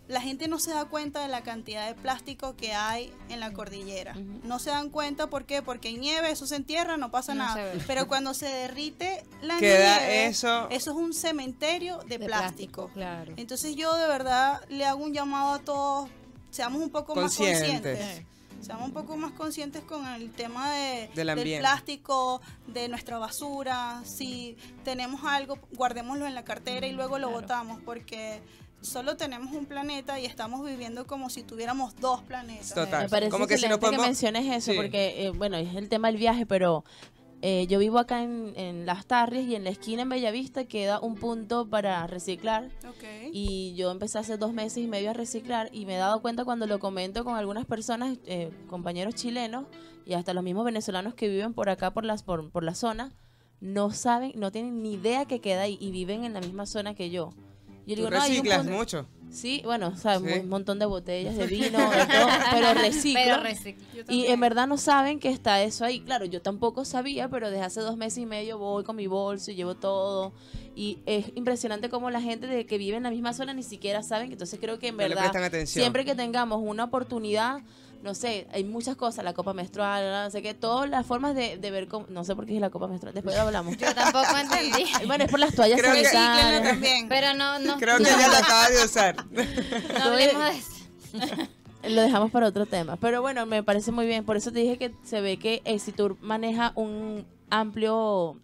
Speaker 6: La gente no se da cuenta de la cantidad de plástico que hay en la cordillera. No se dan cuenta, ¿por qué? Porque hay nieve, eso se entierra, no pasa
Speaker 2: No se
Speaker 6: nada.
Speaker 2: ve.
Speaker 6: Pero cuando se derrite la
Speaker 1: Queda
Speaker 6: nieve,
Speaker 1: eso-
Speaker 6: eso es un cementerio de,
Speaker 2: De
Speaker 6: plástico.
Speaker 2: plástico, claro.
Speaker 6: Entonces yo de verdad le hago un llamado a todos, seamos un poco más
Speaker 1: Conscientes.
Speaker 6: conscientes. Seamos un poco más conscientes con el tema de,
Speaker 1: Del ambiente.
Speaker 6: plástico, de nuestra basura. Si tenemos algo, guardémoslo en la cartera y luego lo botamos, porque solo tenemos un planeta y estamos viviendo como si tuviéramos dos planetas.
Speaker 1: Total.
Speaker 3: [laughs] Me parece
Speaker 1: Como que si no
Speaker 3: excelente
Speaker 1: podemos-
Speaker 3: que menciones eso,
Speaker 1: Sí.
Speaker 3: porque, eh, bueno, es el tema del viaje, pero eh, yo vivo acá en, en Las Tarrias y en la esquina en Bellavista queda un punto para reciclar.
Speaker 6: Ok.
Speaker 3: Y yo empecé hace dos meses y medio a reciclar y me he dado cuenta cuando lo comento con algunas personas, eh, compañeros chilenos y hasta los mismos venezolanos que viven por acá, por, las, por, por la zona, no saben, no tienen ni idea que queda ahí y viven en la misma zona que yo. Yo
Speaker 1: Tú
Speaker 3: digo, no, hay un
Speaker 1: reciclas
Speaker 3: punto-
Speaker 1: mucho.
Speaker 3: Sí, bueno, o sea,
Speaker 1: Sí.
Speaker 3: un montón de
Speaker 1: [laughs]
Speaker 3: botellas de vino, de todo, pero reciclo.
Speaker 2: Pero reciclo.
Speaker 3: Y en verdad no saben que está eso ahí. Claro, yo tampoco sabía, pero desde hace dos meses y medio voy con mi bolso y llevo todo. Y es impresionante cómo la gente de que vive en la misma zona ni siquiera saben. Entonces creo que en
Speaker 1: No le
Speaker 3: verdad,
Speaker 1: prestan atención.
Speaker 3: siempre que tengamos una oportunidad, no sé, hay muchas cosas, la copa menstrual, no sé qué, todas las formas de, de ver cómo... No sé por qué es la copa menstrual, después
Speaker 1: [laughs]
Speaker 3: lo hablamos.
Speaker 2: Yo tampoco [laughs] entendí.
Speaker 3: bueno, es por las toallas
Speaker 1: Creo que-
Speaker 6: Recíclenlo
Speaker 3: sanitarias.
Speaker 6: también.
Speaker 2: Pero no, no.
Speaker 1: Creo que ella lo acaba de usar.
Speaker 2: No hablemos de eso.
Speaker 3: Lo dejamos para otro tema. Pero bueno, me parece muy bien. Por eso te dije que se ve que Exitur maneja un amplio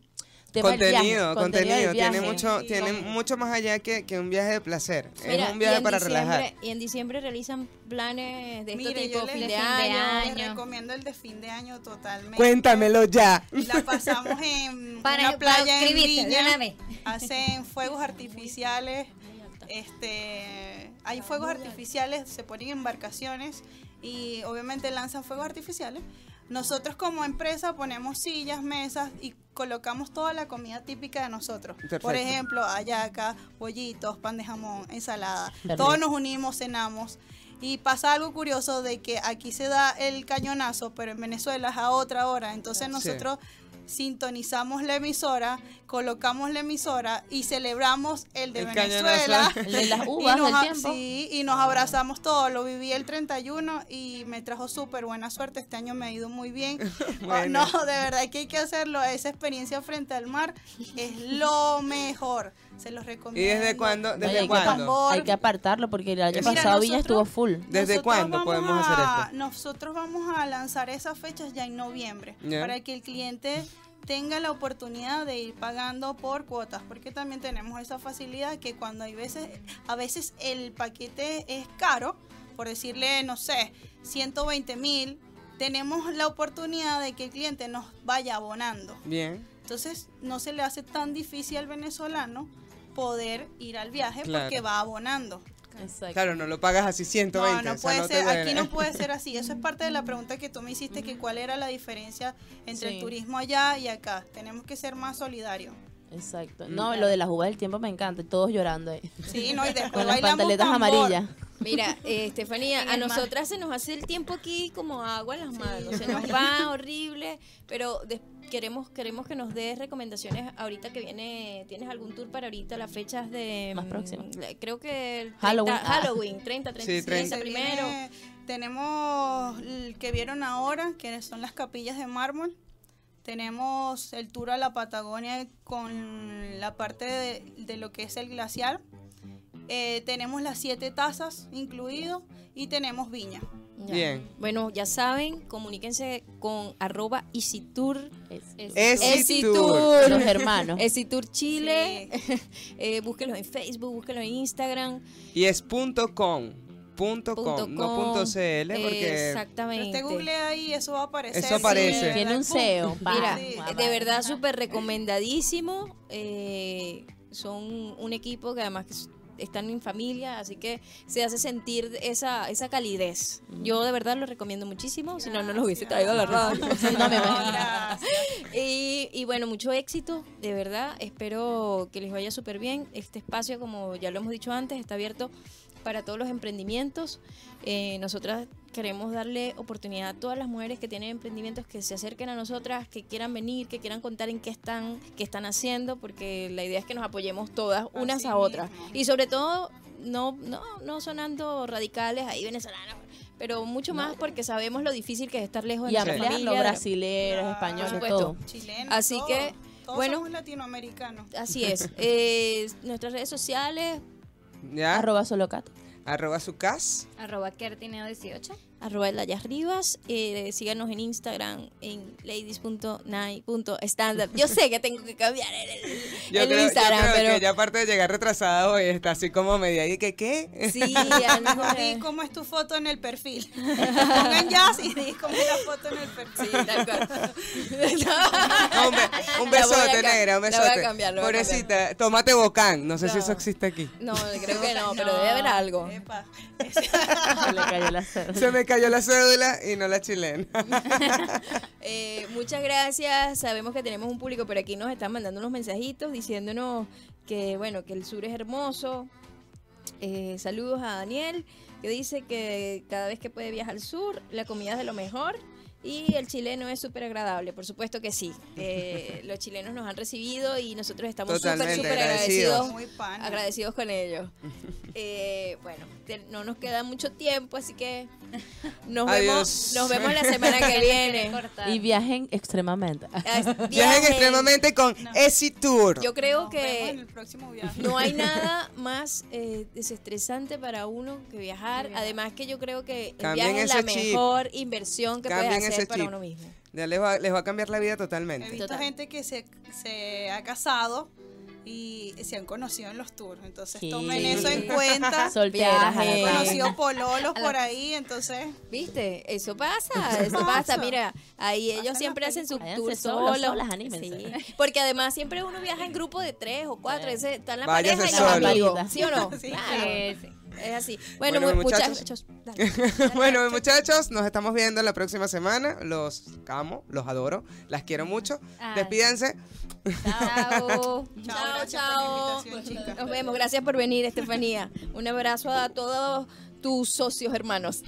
Speaker 3: tema del viaje,
Speaker 1: contenido, contenido.
Speaker 3: del
Speaker 1: Tiene
Speaker 3: viaje.
Speaker 1: mucho, tiene mucho más allá que, que un viaje de placer.
Speaker 5: Mira,
Speaker 1: es un
Speaker 5: y
Speaker 1: viaje
Speaker 5: en
Speaker 1: para
Speaker 5: diciembre-
Speaker 1: relajar.
Speaker 5: Y en diciembre realizan planes de este
Speaker 6: Mire,
Speaker 5: tipo,
Speaker 6: yo les-
Speaker 5: fin de,
Speaker 6: de
Speaker 2: fin de
Speaker 5: año.
Speaker 2: año.
Speaker 6: Les recomiendo el de fin de año totalmente.
Speaker 1: Cuéntamelo ya.
Speaker 6: La pasamos
Speaker 2: [laughs]
Speaker 6: en
Speaker 2: Para-
Speaker 6: una playa en
Speaker 2: suscribirte, de
Speaker 6: Viña.
Speaker 2: una vez.
Speaker 6: Hacen fuegos artificiales. Este, hay fuegos artificiales, se ponen embarcaciones y obviamente lanzan fuegos artificiales. Nosotros como empresa ponemos sillas, mesas y colocamos toda la comida típica de nosotros. Por
Speaker 1: Perfecto.
Speaker 6: ejemplo, hallaca, bollitos, pan de jamón, ensalada.
Speaker 3: Perfecto.
Speaker 6: Todos nos unimos, cenamos. Y pasa algo curioso de que aquí se da el cañonazo, pero en Venezuela es a otra hora. Entonces nosotros sintonizamos la emisora, colocamos la emisora y celebramos el
Speaker 1: [laughs]
Speaker 6: de
Speaker 1: El
Speaker 6: Venezuela.
Speaker 1: cañonazo.
Speaker 3: El de las
Speaker 6: Y
Speaker 3: uvas
Speaker 6: nos
Speaker 3: del
Speaker 6: a-
Speaker 3: tiempo.
Speaker 6: sí, y nos abrazamos todos. Lo viví el 31 y me trajo súper buena suerte. Este año me ha ido
Speaker 1: [laughs]
Speaker 6: muy bien. Oh,
Speaker 1: Bueno.
Speaker 6: no, de verdad que hay que hacerlo. Esa experiencia frente al mar es lo mejor. Se los recomiendo.
Speaker 1: ¿Y desde cuándo?
Speaker 3: Oye,
Speaker 1: ¿Desde
Speaker 3: hay,
Speaker 6: por
Speaker 3: que,
Speaker 1: cuándo?
Speaker 3: apar- hay que apartarlo porque el año
Speaker 1: Mira,
Speaker 3: pasado Villa
Speaker 6: nosotros-
Speaker 3: estuvo full.
Speaker 1: ¿Desde
Speaker 6: Nosotros
Speaker 1: cuándo
Speaker 6: vamos
Speaker 1: podemos
Speaker 6: a-
Speaker 1: hacer esto?
Speaker 6: Nosotros vamos a lanzar esas fechas ya en noviembre
Speaker 1: Ya.
Speaker 6: para que el cliente tenga la oportunidad de ir pagando por cuotas, porque también tenemos esa facilidad que cuando hay veces, a veces el paquete es caro, por decirle, no sé, 120 mil, tenemos la oportunidad de que el cliente nos vaya abonando.
Speaker 1: Bien.
Speaker 6: Entonces no se le hace tan difícil al venezolano poder ir al viaje
Speaker 1: Claro.
Speaker 6: porque va abonando.
Speaker 3: Exacto.
Speaker 1: Claro, no lo pagas así 120.
Speaker 6: No, no
Speaker 1: o sea,
Speaker 6: puede
Speaker 1: te
Speaker 6: ser,
Speaker 1: duele.
Speaker 6: aquí
Speaker 1: [laughs]
Speaker 6: no puede ser así. Eso es parte de la pregunta que tú me hiciste, que cuál era la diferencia entre el
Speaker 3: Sí.
Speaker 6: turismo allá y acá. Tenemos que ser más solidarios.
Speaker 3: Exacto. No, lo de las uvas del tiempo me encanta. Todos llorando ahí.
Speaker 6: Sí,
Speaker 3: [laughs]
Speaker 6: no, y después
Speaker 3: Con las
Speaker 6: bailamos
Speaker 3: pantaletas
Speaker 6: tambor.
Speaker 3: amarillas. [laughs]
Speaker 5: Mira, eh, Estefanía,
Speaker 2: En
Speaker 5: a
Speaker 2: el mar.
Speaker 5: nosotras se nos hace el tiempo aquí como agua en las manos,
Speaker 3: [laughs]
Speaker 5: se nos va horrible, pero des- queremos queremos que nos des recomendaciones ahorita que viene, ¿tienes algún tour para ahorita las fechas de
Speaker 3: Más
Speaker 5: mm,
Speaker 3: próximas.
Speaker 5: la- Creo que el 30
Speaker 3: Halloween. Ah.
Speaker 5: Halloween, 30, 30
Speaker 1: 30.
Speaker 6: Se viene-
Speaker 5: primero.
Speaker 6: tenemos el que vieron ahora, que son las capillas de mármol. Tenemos el tour a la Patagonia con la parte de, de lo que es el glaciar. Eh, tenemos las siete tazas incluido y tenemos viña.
Speaker 5: Ya.
Speaker 1: Bien.
Speaker 5: Bueno, ya saben, comuníquense con arroba EasyTour.
Speaker 1: Exitour.
Speaker 3: Los hermanos.
Speaker 5: EasyTour Chile. Eh, búsquenlos en Facebook, búsquenlos en Instagram.
Speaker 1: Y es punto .com. Punto .com,
Speaker 5: punto
Speaker 1: no
Speaker 5: com.
Speaker 1: punto .cl porque...
Speaker 6: Pero
Speaker 5: Exactamente.
Speaker 6: usted googlea ahí, eso va a aparecer.
Speaker 1: Eso aparece.
Speaker 6: Sí, de
Speaker 3: Tiene
Speaker 6: verdad,
Speaker 3: un
Speaker 6: pum.
Speaker 3: SEO. pa.
Speaker 5: Mira,
Speaker 6: Sí.
Speaker 5: [laughs]
Speaker 3: Ah,
Speaker 5: de
Speaker 3: vale.
Speaker 5: verdad súper recomendadísimo. eh, son un equipo que además que s- están en familia, así que se hace sentir esa, esa calidez. Yo de verdad lo recomiendo muchísimo, si no, no los hubiese traído a la radio.
Speaker 6: [laughs]
Speaker 3: No me imagino.
Speaker 6: Gracias.
Speaker 5: Y, y bueno, mucho éxito, de verdad. Espero que les vaya súper bien. Este espacio, como ya lo hemos dicho antes, está abierto para todos los emprendimientos. Eh, nosotras queremos darle oportunidad a todas las mujeres que tienen emprendimientos que se acerquen a nosotras, que quieran venir, que quieran contar en qué están, qué están haciendo, porque la idea es que nos apoyemos todas unas
Speaker 6: Así
Speaker 5: a otras.
Speaker 6: mismo.
Speaker 5: Y sobre todo, no, no, no sonando radicales ahí venezolanos, pero mucho más porque sabemos lo difícil que es estar lejos de
Speaker 3: Y
Speaker 5: nuestra
Speaker 3: ampliar
Speaker 5: familia.
Speaker 3: los
Speaker 5: de-
Speaker 3: brasileros,
Speaker 5: Por
Speaker 3: españoles,
Speaker 5: supuesto.
Speaker 3: todo.
Speaker 6: Chileno,
Speaker 5: Así
Speaker 6: todo.
Speaker 5: que,
Speaker 6: Todos
Speaker 5: bueno.
Speaker 6: somos latinoamericanos.
Speaker 5: Así
Speaker 1: [laughs]
Speaker 5: es. Eh, nuestras redes sociales,
Speaker 1: ¿Ya? Arroba,
Speaker 3: Arroba Solocat.
Speaker 1: su cas.
Speaker 2: Arroba Kertineo 18.
Speaker 5: arroba Elayas Rivas, eh, síganos en Instagram en ladies.nine.standup. Yo sé que tengo que cambiar el, el-
Speaker 1: Yo
Speaker 5: el
Speaker 1: creo, yo
Speaker 5: Instagram,
Speaker 1: creo
Speaker 5: pero
Speaker 1: que ya aparte de llegar retrasada hoy, está así como media y que qué. [laughs]
Speaker 5: sí, a lo mejor-
Speaker 6: Di cómo es tu foto en el
Speaker 5: [laughs]
Speaker 6: perfil. Pongan jazz y di cómo es la foto en el perfil.
Speaker 5: Sí, tal cual.
Speaker 1: No, un, be- un
Speaker 5: [laughs] La voy a
Speaker 1: besote,
Speaker 5: ca-
Speaker 1: negra, un
Speaker 5: la voy a
Speaker 1: besote.
Speaker 5: cambiar, la voy a
Speaker 1: Pobrecita, tomate bocán. No sé si
Speaker 5: No.
Speaker 1: eso existe
Speaker 5: [laughs]
Speaker 1: aquí.
Speaker 5: No, creo que no, pero debe haber algo.
Speaker 6: Epa.
Speaker 3: Se le cayó [laughs] la cédula.
Speaker 1: Se me cayó la cédula y no la chilena. [laughs]
Speaker 5: Eh, muchas gracias. Sabemos que tenemos un público, pero aquí nos están mandando unos mensajitos diciéndonos que bueno, que el sur es hermoso. Eh, saludos a Daniel, que dice que cada vez que puede viajar al sur, la comida es de lo mejor. Y el chileno es súper agradable, por supuesto que sí.
Speaker 1: [laughs]
Speaker 5: Eh, los chilenos nos han recibido y nosotros estamos súper,
Speaker 1: Totalmente
Speaker 5: súper
Speaker 1: agradecidos.
Speaker 5: agradecidos
Speaker 6: Muy pana.
Speaker 5: agradecidos
Speaker 1: [laughs]
Speaker 5: con ellos. Eh, bueno, te- no nos queda mucho tiempo, así que nos
Speaker 1: Adiós.
Speaker 5: vemos, nos vemos la
Speaker 1: [laughs]
Speaker 5: semana que viene.
Speaker 3: Y viajen extremadamente.
Speaker 5: Ah, [laughs]
Speaker 1: Viajen
Speaker 5: viajen.
Speaker 1: extremadamente con Esitour.
Speaker 5: Yo creo
Speaker 6: Nos vemos en
Speaker 5: que
Speaker 6: el próximo viaje.
Speaker 1: [laughs]
Speaker 5: no hay nada más eh, desestresante para uno que viajar. Además que yo creo que el
Speaker 1: Cambien
Speaker 5: viaje es la
Speaker 1: ese chip.
Speaker 5: mejor inversión que
Speaker 1: Cambien
Speaker 5: puedes
Speaker 1: ese
Speaker 5: hacer para
Speaker 1: chip.
Speaker 5: uno mismo.
Speaker 1: Ya les va, les va a cambiar la vida
Speaker 6: He
Speaker 1: totalmente.
Speaker 6: visto
Speaker 5: Total.
Speaker 6: gente que se, se ha casado y se han conocido en los tours. Entonces
Speaker 3: Sí.
Speaker 6: tomen eso en
Speaker 5: [laughs]
Speaker 6: cuenta.
Speaker 3: Solteras,
Speaker 5: Viajen.
Speaker 6: He
Speaker 3: a la tarde.
Speaker 6: conocido pololos
Speaker 5: A la-
Speaker 6: por ahí, entonces
Speaker 5: ¿Viste?
Speaker 1: [laughs]
Speaker 5: Eso pasa, eso
Speaker 6: pasa.
Speaker 5: pasa. Mira, ahí ellos
Speaker 6: Pasan
Speaker 5: siempre
Speaker 6: las
Speaker 5: hacen su
Speaker 3: películas.
Speaker 5: tour
Speaker 3: Váyanse solos,
Speaker 5: solo.
Speaker 3: solas, anímense. [laughs]
Speaker 5: Sí, Porque además siempre uno viaja en grupo de tres o cuatro.
Speaker 3: Sí.
Speaker 5: ese- están la
Speaker 1: Váyanse
Speaker 5: pareja y los
Speaker 1: solos.
Speaker 5: amigos. ¿Sí o no?
Speaker 6: Sí,
Speaker 5: Claro,
Speaker 2: Ah, Sí, sí.
Speaker 5: Es así. Bueno,
Speaker 1: Bueno,
Speaker 5: mu- muchachos.
Speaker 1: muchachos.
Speaker 5: dale.
Speaker 1: [laughs] bueno, muchachos, nos estamos viendo la próxima semana. Los amo, los adoro, las quiero mucho.
Speaker 2: Ay.
Speaker 1: Despídanse.
Speaker 5: Chao. chao,
Speaker 6: gracias
Speaker 5: chao. Pues,
Speaker 6: por la invitación, chicas.
Speaker 5: Nos vemos. Gracias por venir,
Speaker 6: [laughs]
Speaker 5: Estefanía. Un abrazo a todos tus socios hermanos.